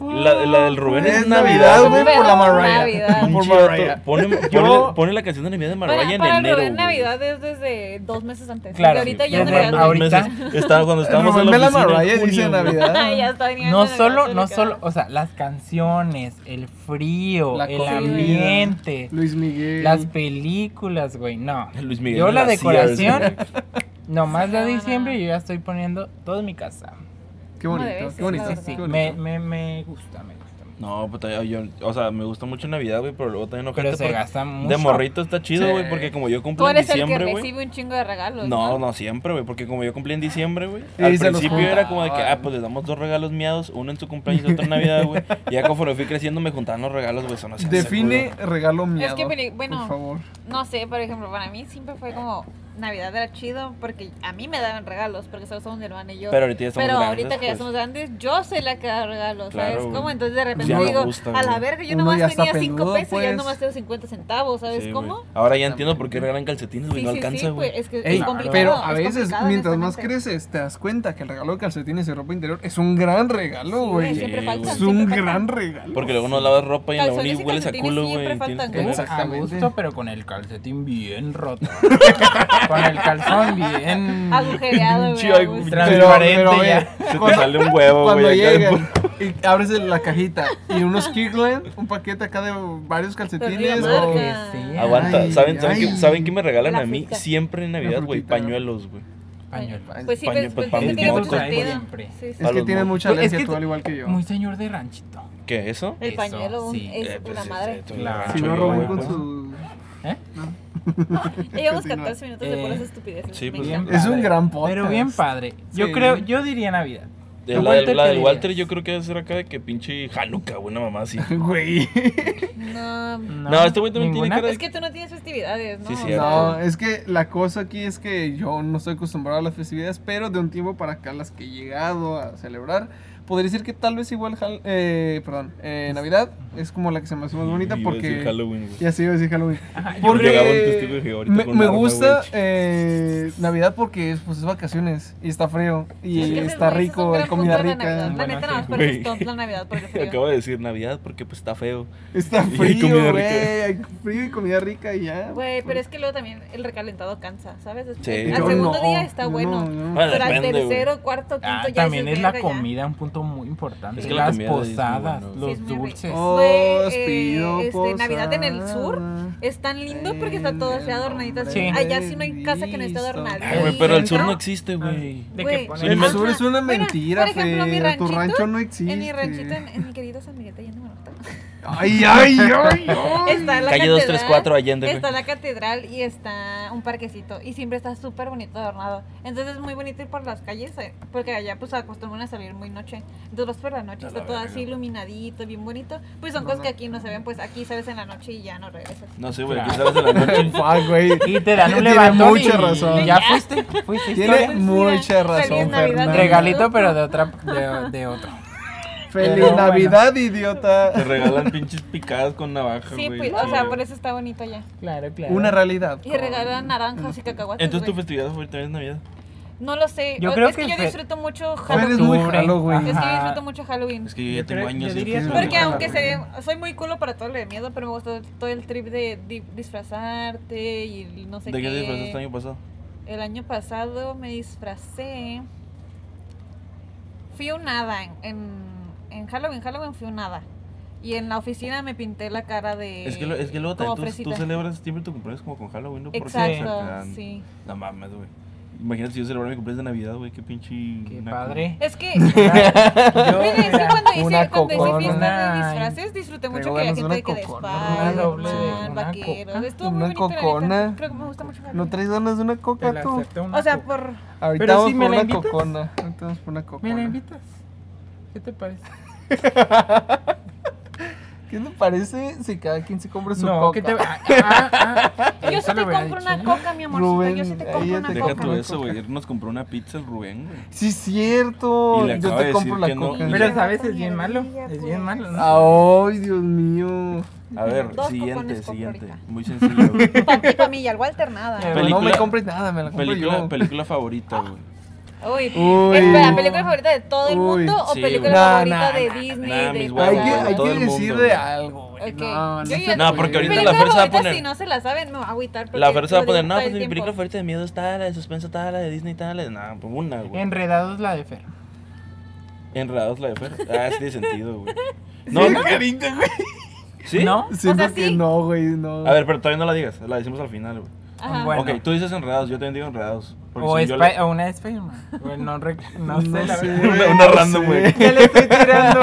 Speaker 3: la, la del Rubén es,
Speaker 2: es Navidad, güey, por la
Speaker 4: Pero
Speaker 2: Mariah.
Speaker 4: Navidad.
Speaker 2: Por
Speaker 3: Pinche
Speaker 2: Mariah.
Speaker 3: vato, Pone, pone,
Speaker 2: Yo-
Speaker 3: pone la canción de Navidad de
Speaker 4: Para,
Speaker 3: Mariah
Speaker 4: para
Speaker 3: en enero.
Speaker 4: Rubén
Speaker 3: güey.
Speaker 4: Navidad es desde dos meses antes.
Speaker 1: Claro,
Speaker 4: Claro. ahorita ya
Speaker 1: desde
Speaker 3: mames,
Speaker 4: es Navidad.
Speaker 1: ahorita.
Speaker 3: meses. Estaba cuando estábamos
Speaker 2: Rubén
Speaker 3: en la
Speaker 2: Bella
Speaker 3: oficina
Speaker 2: Mariah
Speaker 3: en junio,
Speaker 2: dice
Speaker 3: güey.
Speaker 2: Navidad.
Speaker 4: ya está viniendo
Speaker 1: No
Speaker 4: la
Speaker 1: solo,
Speaker 4: casa
Speaker 1: no
Speaker 4: de
Speaker 1: solo,
Speaker 4: cada-
Speaker 1: o sea, las canciones, el frío,
Speaker 2: La
Speaker 1: el
Speaker 2: comida.
Speaker 1: ambiente,
Speaker 2: Luis Miguel.
Speaker 1: las películas, güey, no.
Speaker 3: Luis Miguel.
Speaker 1: Yo
Speaker 3: en
Speaker 1: la
Speaker 3: Sears,
Speaker 1: decoración,
Speaker 3: güey.
Speaker 1: nomás la de
Speaker 4: Sí, no, no,
Speaker 1: diciembre,
Speaker 4: no.
Speaker 1: yo ya estoy poniendo todo mi casa.
Speaker 2: Qué
Speaker 4: Como
Speaker 2: bonito,
Speaker 4: debe ser,
Speaker 2: qué
Speaker 4: la
Speaker 2: bonito.
Speaker 1: Sí,
Speaker 4: verdad.
Speaker 1: sí,
Speaker 2: qué bonito.
Speaker 1: me, me, me gusta, me gusta. mucho.
Speaker 3: No, pues también, yo, o sea, me gusta mucho Navidad, güey, pero luego también
Speaker 1: Pero
Speaker 3: ojete
Speaker 1: se
Speaker 3: porque
Speaker 1: gasta mucho.
Speaker 3: De morrito está chido,
Speaker 2: Sí.
Speaker 3: güey, porque como yo
Speaker 4: Tú
Speaker 3: cumplí en
Speaker 4: eres el que
Speaker 3: diciembre, güey.
Speaker 4: recibe un chingo de regalos.
Speaker 3: No, no siempre, güey, porque como yo cumplí en diciembre, güey,
Speaker 2: Y
Speaker 3: al
Speaker 2: se los
Speaker 3: principio era como de que, ah,
Speaker 2: juntaban.
Speaker 3: pues le damos dos regalos miados, uno en su cumpleaños y otro en Navidad, güey. Y ya conforme fui creciendo me juntaban los regalos, güey, eso no se hace,
Speaker 2: Define
Speaker 3: güey.
Speaker 2: regalo miado.
Speaker 4: Es que, pero, bueno,
Speaker 2: Por favor.
Speaker 4: No sé, por ejemplo, para mí siempre fue como Navidad era chido porque a mí me daban regalos porque solo somos mi hermana y yo.
Speaker 3: Pero ahorita ya estamos
Speaker 4: Pero
Speaker 3: grandes,
Speaker 4: ahorita que ya
Speaker 3: pues.
Speaker 4: somos grandes, yo soy la que da regalos,
Speaker 3: Claro,
Speaker 4: ¿sabes?
Speaker 3: güey.
Speaker 4: cómo? Entonces de repente
Speaker 3: Ya no
Speaker 4: digo,
Speaker 3: gusta,
Speaker 4: a la
Speaker 3: güey.
Speaker 4: verga, yo
Speaker 2: Uno ya
Speaker 4: nomás
Speaker 2: está
Speaker 4: tenía 5
Speaker 2: peludo,
Speaker 4: pesos y ya
Speaker 2: pues.
Speaker 4: nomás tengo 50 centavos, ¿sabes
Speaker 3: Sí, güey.
Speaker 4: cómo?
Speaker 3: Ahora ya entiendo por qué regalan calcetines, güey,
Speaker 4: Sí,
Speaker 3: no
Speaker 4: sí,
Speaker 3: alcanza,
Speaker 4: sí, pues,
Speaker 3: güey.
Speaker 4: es que
Speaker 2: Ey,
Speaker 4: es complicado.
Speaker 2: pero a
Speaker 4: es
Speaker 2: veces,
Speaker 4: complicado,
Speaker 2: mientras más
Speaker 4: honestamente.
Speaker 2: creces, te das cuenta que el regalo de calcetines y ropa interior es un gran regalo,
Speaker 4: Sí,
Speaker 2: güey.
Speaker 4: siempre
Speaker 3: Sí,
Speaker 4: faltan,
Speaker 3: güey.
Speaker 2: es
Speaker 4: siempre
Speaker 2: un
Speaker 4: faltan.
Speaker 2: gran regalo.
Speaker 3: Porque luego no lavas ropa y en la uni
Speaker 4: Calzones y
Speaker 3: hueles a
Speaker 4: calcetines
Speaker 3: culo, güey.
Speaker 4: siempre
Speaker 3: y tienes
Speaker 4: faltan,
Speaker 3: que
Speaker 2: güey.
Speaker 3: ver.
Speaker 1: A
Speaker 2: Exactamente.
Speaker 1: gusto, pero con el calcetín bien roto. con el calzón bien.
Speaker 4: Agujereado, güey.
Speaker 3: Sí,
Speaker 4: a
Speaker 3: hay-
Speaker 4: gusto.
Speaker 1: Tra- Transparente ya.
Speaker 3: Se te
Speaker 2: cuando-
Speaker 3: sale un huevo,
Speaker 2: Cuando
Speaker 3: güey. acá de
Speaker 2: llegan
Speaker 3: puro-
Speaker 2: y abres la cajita y unos Kirkland, un paquete acá de varios calcetines.
Speaker 4: Pero
Speaker 2: o-
Speaker 4: marca.
Speaker 1: Sí,
Speaker 3: Aguanta,
Speaker 2: Ay,
Speaker 3: ¿saben, ¿saben,
Speaker 2: ay.
Speaker 3: qué, ¿saben qué me regalan
Speaker 4: La
Speaker 3: a mí
Speaker 4: fruta.
Speaker 3: siempre en Navidad,
Speaker 2: La
Speaker 3: güey?
Speaker 2: frutita.
Speaker 3: Pañuelos, güey.
Speaker 1: Pañuelo.
Speaker 4: Pues sí,
Speaker 3: Paño-
Speaker 4: pues,
Speaker 3: pues,
Speaker 4: pues, sí
Speaker 1: paño-
Speaker 4: tiene mucho
Speaker 1: paño-
Speaker 4: sentido.
Speaker 1: siempre.
Speaker 4: Sí, sí.
Speaker 2: Es que
Speaker 3: Algo
Speaker 2: tiene
Speaker 3: muy-
Speaker 2: mucha
Speaker 1: Pues es
Speaker 2: alergia,
Speaker 1: que
Speaker 2: tú
Speaker 1: tú-
Speaker 2: al igual que yo.
Speaker 1: Muy señor de ranchito.
Speaker 3: ¿Qué eso?
Speaker 4: El
Speaker 1: Eso,
Speaker 4: pañuelo un-
Speaker 1: sí.
Speaker 4: es
Speaker 3: Eh, pues,
Speaker 4: una
Speaker 3: es-
Speaker 4: madre.
Speaker 3: es- es-
Speaker 1: Claro.
Speaker 2: Si no
Speaker 3: yo,
Speaker 2: roban
Speaker 3: güey,
Speaker 2: con
Speaker 3: pues.
Speaker 2: su.
Speaker 1: ¿Eh?
Speaker 4: Llevamos
Speaker 2: Continúa.
Speaker 4: 14 minutos de puras
Speaker 1: Eh,
Speaker 4: estupideces.
Speaker 3: sí,
Speaker 4: me
Speaker 3: pues,
Speaker 4: encanta.
Speaker 1: bien
Speaker 2: Es un
Speaker 1: padre.
Speaker 2: gran podcast.
Speaker 1: Pero bien padre. Yo
Speaker 2: Sí.
Speaker 1: creo, yo diría Navidad.
Speaker 3: De
Speaker 1: ¿Tú
Speaker 3: la,
Speaker 1: cuál
Speaker 3: de-
Speaker 1: te
Speaker 3: la del
Speaker 1: pedirías?
Speaker 3: Walter yo creo que debe ser acá de que pinche Hanukkah, güey, una mamá así.
Speaker 2: Güey.
Speaker 4: No,
Speaker 3: No, este güey también tiene
Speaker 1: ¿Ninguna?
Speaker 3: cara
Speaker 4: Es que tú no tienes festividades, ¿no?
Speaker 3: Sí, sí,
Speaker 4: O sea,
Speaker 2: No, es que la cosa aquí es que yo no estoy acostumbrado a las festividades, pero de un tiempo para acá las que he llegado a celebrar, podría decir que tal vez igual, Hal- eh, perdón, eh, Navidad es como la que se me hace más bonita
Speaker 3: Iba a decir
Speaker 2: porque...
Speaker 3: Halloween, güey.
Speaker 2: Ya sí, iba a decir Halloween.
Speaker 1: Ajá, yo
Speaker 3: Porque-
Speaker 1: creo-
Speaker 3: Llegaba un testigo y dije, "Ahorita
Speaker 2: me,
Speaker 3: con un
Speaker 2: me
Speaker 3: arma,
Speaker 2: gusta
Speaker 3: güey".
Speaker 2: eh, Navidad porque es, pues, es vacaciones y está frío y
Speaker 4: es que ese-
Speaker 2: está
Speaker 4: ese es un
Speaker 2: rico,
Speaker 4: gran
Speaker 2: hay comida
Speaker 4: punto de la Navidad.
Speaker 2: rica,
Speaker 4: La
Speaker 1: Bueno,
Speaker 4: neta,
Speaker 1: sí,
Speaker 4: nada más por
Speaker 3: Ah, güey.
Speaker 4: eso es top la Navidad, porque frío.
Speaker 3: Acabo de decir Navidad porque pues está feo.
Speaker 2: está
Speaker 3: Y hay comida
Speaker 2: frío, güey,
Speaker 3: rica.
Speaker 2: hay frío y comida rica y ya.
Speaker 4: Güey, pero es que luego también el recalentado cansa, ¿sabes? Después-
Speaker 3: Sí.
Speaker 4: Al
Speaker 3: Yo
Speaker 4: segundo
Speaker 2: no,
Speaker 4: día está
Speaker 2: yo
Speaker 4: bueno.
Speaker 2: no, yo no.
Speaker 3: Bueno,
Speaker 4: Pero al
Speaker 3: depende, güey.
Speaker 4: tercero, cuarto, quinto
Speaker 1: Ah,
Speaker 4: ya
Speaker 1: también
Speaker 4: dices,
Speaker 1: es la
Speaker 4: "Verga, ya".
Speaker 1: comida, un punto muy importante.
Speaker 3: Es que la
Speaker 1: Las
Speaker 3: comida es muy
Speaker 1: posadas,
Speaker 3: bueno.
Speaker 4: Sí,
Speaker 1: los
Speaker 4: es muy rico.
Speaker 1: dulces.
Speaker 4: Oh,
Speaker 2: Os
Speaker 4: eh,
Speaker 2: pido
Speaker 4: este, Navidad en el sur,
Speaker 2: posada.
Speaker 4: Es tan lindo porque está todo así
Speaker 2: En el
Speaker 4: adornadito. así.
Speaker 1: nombre
Speaker 4: Allá sí no hay casa que no esté
Speaker 2: de
Speaker 4: adornadita.
Speaker 3: Ay, güey, pero el sur no
Speaker 4: ¿no?
Speaker 3: existe,
Speaker 1: Ah,
Speaker 3: güey.
Speaker 1: de
Speaker 4: Güey.
Speaker 1: que ponen-
Speaker 2: El
Speaker 3: Ajá.
Speaker 2: sur es una
Speaker 4: Bueno,
Speaker 2: mentira,
Speaker 4: por ejemplo, mi
Speaker 2: Fer, Tu
Speaker 4: ranchito,
Speaker 2: rancho no existe.
Speaker 4: En mi ranchito, en, en mi querido San Miguel de Allende, Oaxaca,
Speaker 2: Ay, ay, ay, ay.
Speaker 4: Está la
Speaker 3: Calle
Speaker 4: catedral,
Speaker 3: 234 Allende, güey.
Speaker 4: Está la catedral y está un parquecito. Y siempre está súper bonito adornado. Entonces es muy bonito ir por las calles. eh, Porque allá pues acostumbran a salir muy noche. Entonces vas por la noche,
Speaker 3: A
Speaker 4: está
Speaker 3: la
Speaker 4: todo
Speaker 3: verga.
Speaker 4: así iluminadito, bien bonito. Pues son
Speaker 2: No,
Speaker 4: cosas
Speaker 2: no.
Speaker 4: que aquí no se ven. Pues aquí sales en la noche y ya no regresas.
Speaker 3: No sé, güey,
Speaker 1: Claro.
Speaker 4: Ah.
Speaker 3: aquí sales de la noche.
Speaker 2: Fuck, güey.
Speaker 1: Y te dan un
Speaker 2: Tiene
Speaker 1: levantón
Speaker 2: mucha
Speaker 1: y-
Speaker 2: razón.
Speaker 1: y ya fuiste, fuiste.
Speaker 2: Tiene
Speaker 4: Pues,
Speaker 2: mucha
Speaker 4: mira,
Speaker 2: razón,
Speaker 4: feliz Navidad,
Speaker 2: Fernando.
Speaker 1: Regalito, pero de otra, de, de otro.
Speaker 2: Feliz
Speaker 1: Pero bueno.
Speaker 2: Navidad,
Speaker 3: Te
Speaker 2: idiota.
Speaker 3: regalan pinches picadas con navaja,
Speaker 4: Sí,
Speaker 3: güey.
Speaker 4: pues, o sea,
Speaker 3: chido.
Speaker 4: por eso está bonito allá.
Speaker 1: Claro, claro.
Speaker 2: Una realidad.
Speaker 4: Y regalan naranjas y cacahuates.
Speaker 3: Entonces tu
Speaker 4: güey.
Speaker 3: festividad favorita es Navidad.
Speaker 4: No lo sé.
Speaker 1: Yo
Speaker 4: o-
Speaker 1: creo
Speaker 4: es que,
Speaker 1: que
Speaker 4: yo
Speaker 1: fue-
Speaker 4: disfruto mucho
Speaker 2: Fer es
Speaker 4: Halloween.
Speaker 2: muy
Speaker 1: Octubre.
Speaker 2: jalo, güey.
Speaker 1: Ajá.
Speaker 4: Es que yo disfruto mucho Halloween.
Speaker 3: Es que yo ya
Speaker 1: Yo
Speaker 3: tengo
Speaker 1: creo- yo
Speaker 3: años.
Speaker 1: diría
Speaker 3: que-
Speaker 1: eso.
Speaker 4: Porque
Speaker 2: Ajá.
Speaker 4: aunque se, soy muy culo para todo lo de miedo, pero me gusta todo el trip de di- disfrazarte y el no sé
Speaker 3: ¿De qué
Speaker 4: qué.
Speaker 3: te disfrazaste el año pasado?
Speaker 4: El año pasado me disfracé. Fui un hada en, en, en Halloween. Halloween fui un hada. Y en la oficina me pinté la cara de.
Speaker 3: Es que, lo- es que luego
Speaker 4: como
Speaker 3: también tú- tú,
Speaker 4: fresita.
Speaker 3: celebras siempre tu cumpleaños como con Halloween, ¿no? Porque
Speaker 4: Exacto,
Speaker 3: sacan-
Speaker 4: sí.
Speaker 3: No mames, güey. Imagínate si yo celebro mi cumpleaños de Navidad, güey, qué pinche.
Speaker 1: Qué
Speaker 3: naco.
Speaker 1: padre.
Speaker 4: Es que
Speaker 1: Yo
Speaker 4: Bueno, es que
Speaker 1: era
Speaker 4: cuando hice,
Speaker 1: una
Speaker 4: cuando hice fiestas de
Speaker 1: cocona.
Speaker 4: disfraces, disfruté mucho
Speaker 2: Traigo
Speaker 4: que había
Speaker 2: ganas de una
Speaker 4: gente que de
Speaker 2: cocona,
Speaker 1: una doble de
Speaker 4: Spider-Man,
Speaker 1: una
Speaker 4: vaqueros.
Speaker 1: coca.
Speaker 4: Estuvo
Speaker 2: Una
Speaker 4: muy bonito, la neta.
Speaker 2: cocona.
Speaker 4: Creo que me gusta mucho.
Speaker 2: ¿No
Speaker 4: Halloween.
Speaker 2: traes ganas de una
Speaker 1: Te
Speaker 2: coca
Speaker 1: la
Speaker 2: tú?
Speaker 1: acepto una
Speaker 4: O sea,
Speaker 1: coca.
Speaker 4: por.
Speaker 2: Ahorita
Speaker 1: Pero
Speaker 2: vamos
Speaker 1: si me
Speaker 2: por
Speaker 1: la
Speaker 2: una
Speaker 1: invitas.
Speaker 2: cocona. Ahorita vamos por una
Speaker 1: ¿Me
Speaker 2: cocona.
Speaker 1: la invitas? ¿Qué te parece?
Speaker 2: ¿Qué te parece si cada quien se compra su
Speaker 1: No,
Speaker 2: coca?
Speaker 1: ¿qué te.? Ah, ah, ah.
Speaker 4: Yo
Speaker 1: Eso
Speaker 4: sí te
Speaker 1: lo hubiera
Speaker 4: compro
Speaker 1: dicho.
Speaker 4: una coca, mi amorcito. Yo sí
Speaker 2: Rubén, ahí
Speaker 4: te compro
Speaker 2: ya
Speaker 4: una
Speaker 2: te
Speaker 3: Deja
Speaker 4: coca.
Speaker 3: tú
Speaker 2: Coca,
Speaker 3: eso,
Speaker 2: coca.
Speaker 3: güey. ayer Nos compró una pizza el Rubén, güey.
Speaker 2: Sí, cierto.
Speaker 3: Y le
Speaker 2: Yo
Speaker 3: acaba
Speaker 2: te
Speaker 3: de
Speaker 2: compro
Speaker 3: decir
Speaker 2: la
Speaker 3: que no.
Speaker 2: coca.
Speaker 3: Y-
Speaker 1: Pero,
Speaker 4: Mira,
Speaker 1: ¿sabes?
Speaker 4: con
Speaker 1: Es
Speaker 4: mi
Speaker 1: bien malo.
Speaker 4: ardilla,
Speaker 1: Es
Speaker 4: pues.
Speaker 1: bien malo, ¿no?
Speaker 2: Ay, Dios mío.
Speaker 3: A ver,
Speaker 4: Dos
Speaker 3: siguiente,
Speaker 4: cojones compro
Speaker 3: siguiente.
Speaker 4: ahorita.
Speaker 3: Muy sencillo, güey.
Speaker 4: Para ti, para mí, y al Walter,
Speaker 1: Pero
Speaker 4: nada.
Speaker 2: No me
Speaker 3: Película-
Speaker 2: compres nada, me la compro
Speaker 3: Película,
Speaker 2: yo.
Speaker 3: película favorita, güey.
Speaker 4: Uy.
Speaker 2: Uy.
Speaker 4: Espera, ¿película favorita de todo el
Speaker 2: Uy.
Speaker 4: mundo o
Speaker 3: Sí,
Speaker 4: película
Speaker 2: güey.
Speaker 4: favorita
Speaker 2: Nah,
Speaker 4: de
Speaker 2: nah,
Speaker 4: Disney?
Speaker 3: nah,
Speaker 4: de
Speaker 3: mis
Speaker 4: Pixar?
Speaker 2: Hay que,
Speaker 3: huevos, güey,
Speaker 2: hay
Speaker 3: todo
Speaker 2: que
Speaker 3: el mundo,
Speaker 2: decir
Speaker 3: güey.
Speaker 2: de algo, güey.
Speaker 4: Ok,
Speaker 2: No, no,
Speaker 4: yo
Speaker 2: se
Speaker 4: ya-
Speaker 3: No, porque ahorita
Speaker 2: puede.
Speaker 3: la
Speaker 4: Película
Speaker 3: Fer se va a
Speaker 4: favorita,
Speaker 3: poner-
Speaker 4: Si no se la saben, me va a agüitar. porque
Speaker 3: La Fer se va a
Speaker 4: lo digo
Speaker 3: poner, no,
Speaker 4: todo
Speaker 3: pues
Speaker 4: el
Speaker 3: mi película
Speaker 4: tiempo.
Speaker 3: favorita de miedo está la de suspenso, está la de Disney, está la de. Nah, pues una, güey.
Speaker 1: Enredados la de Fer.
Speaker 3: Enredados la de Fer. Ah, sí, tiene sentido, güey. No,
Speaker 2: Sí,
Speaker 3: no.
Speaker 2: carita, güey.
Speaker 3: ¿Sí?
Speaker 1: ¿No?
Speaker 2: Siento
Speaker 4: sea,
Speaker 2: que
Speaker 4: sí.
Speaker 2: no, güey, no.
Speaker 3: A ver, pero todavía no la digas, la decimos al final, güey.
Speaker 4: Ajá.
Speaker 1: Bueno.
Speaker 3: Ok, tú dices enredados, yo también digo enredados. Porque
Speaker 1: O,
Speaker 3: si yo la-
Speaker 1: Spy- o una de Spider-Man. O No, re- no sé, la
Speaker 2: sé,
Speaker 1: verdad.
Speaker 3: Una- una
Speaker 2: no
Speaker 3: random,
Speaker 2: sé.
Speaker 3: güey.
Speaker 2: ¿Qué le estoy tirando?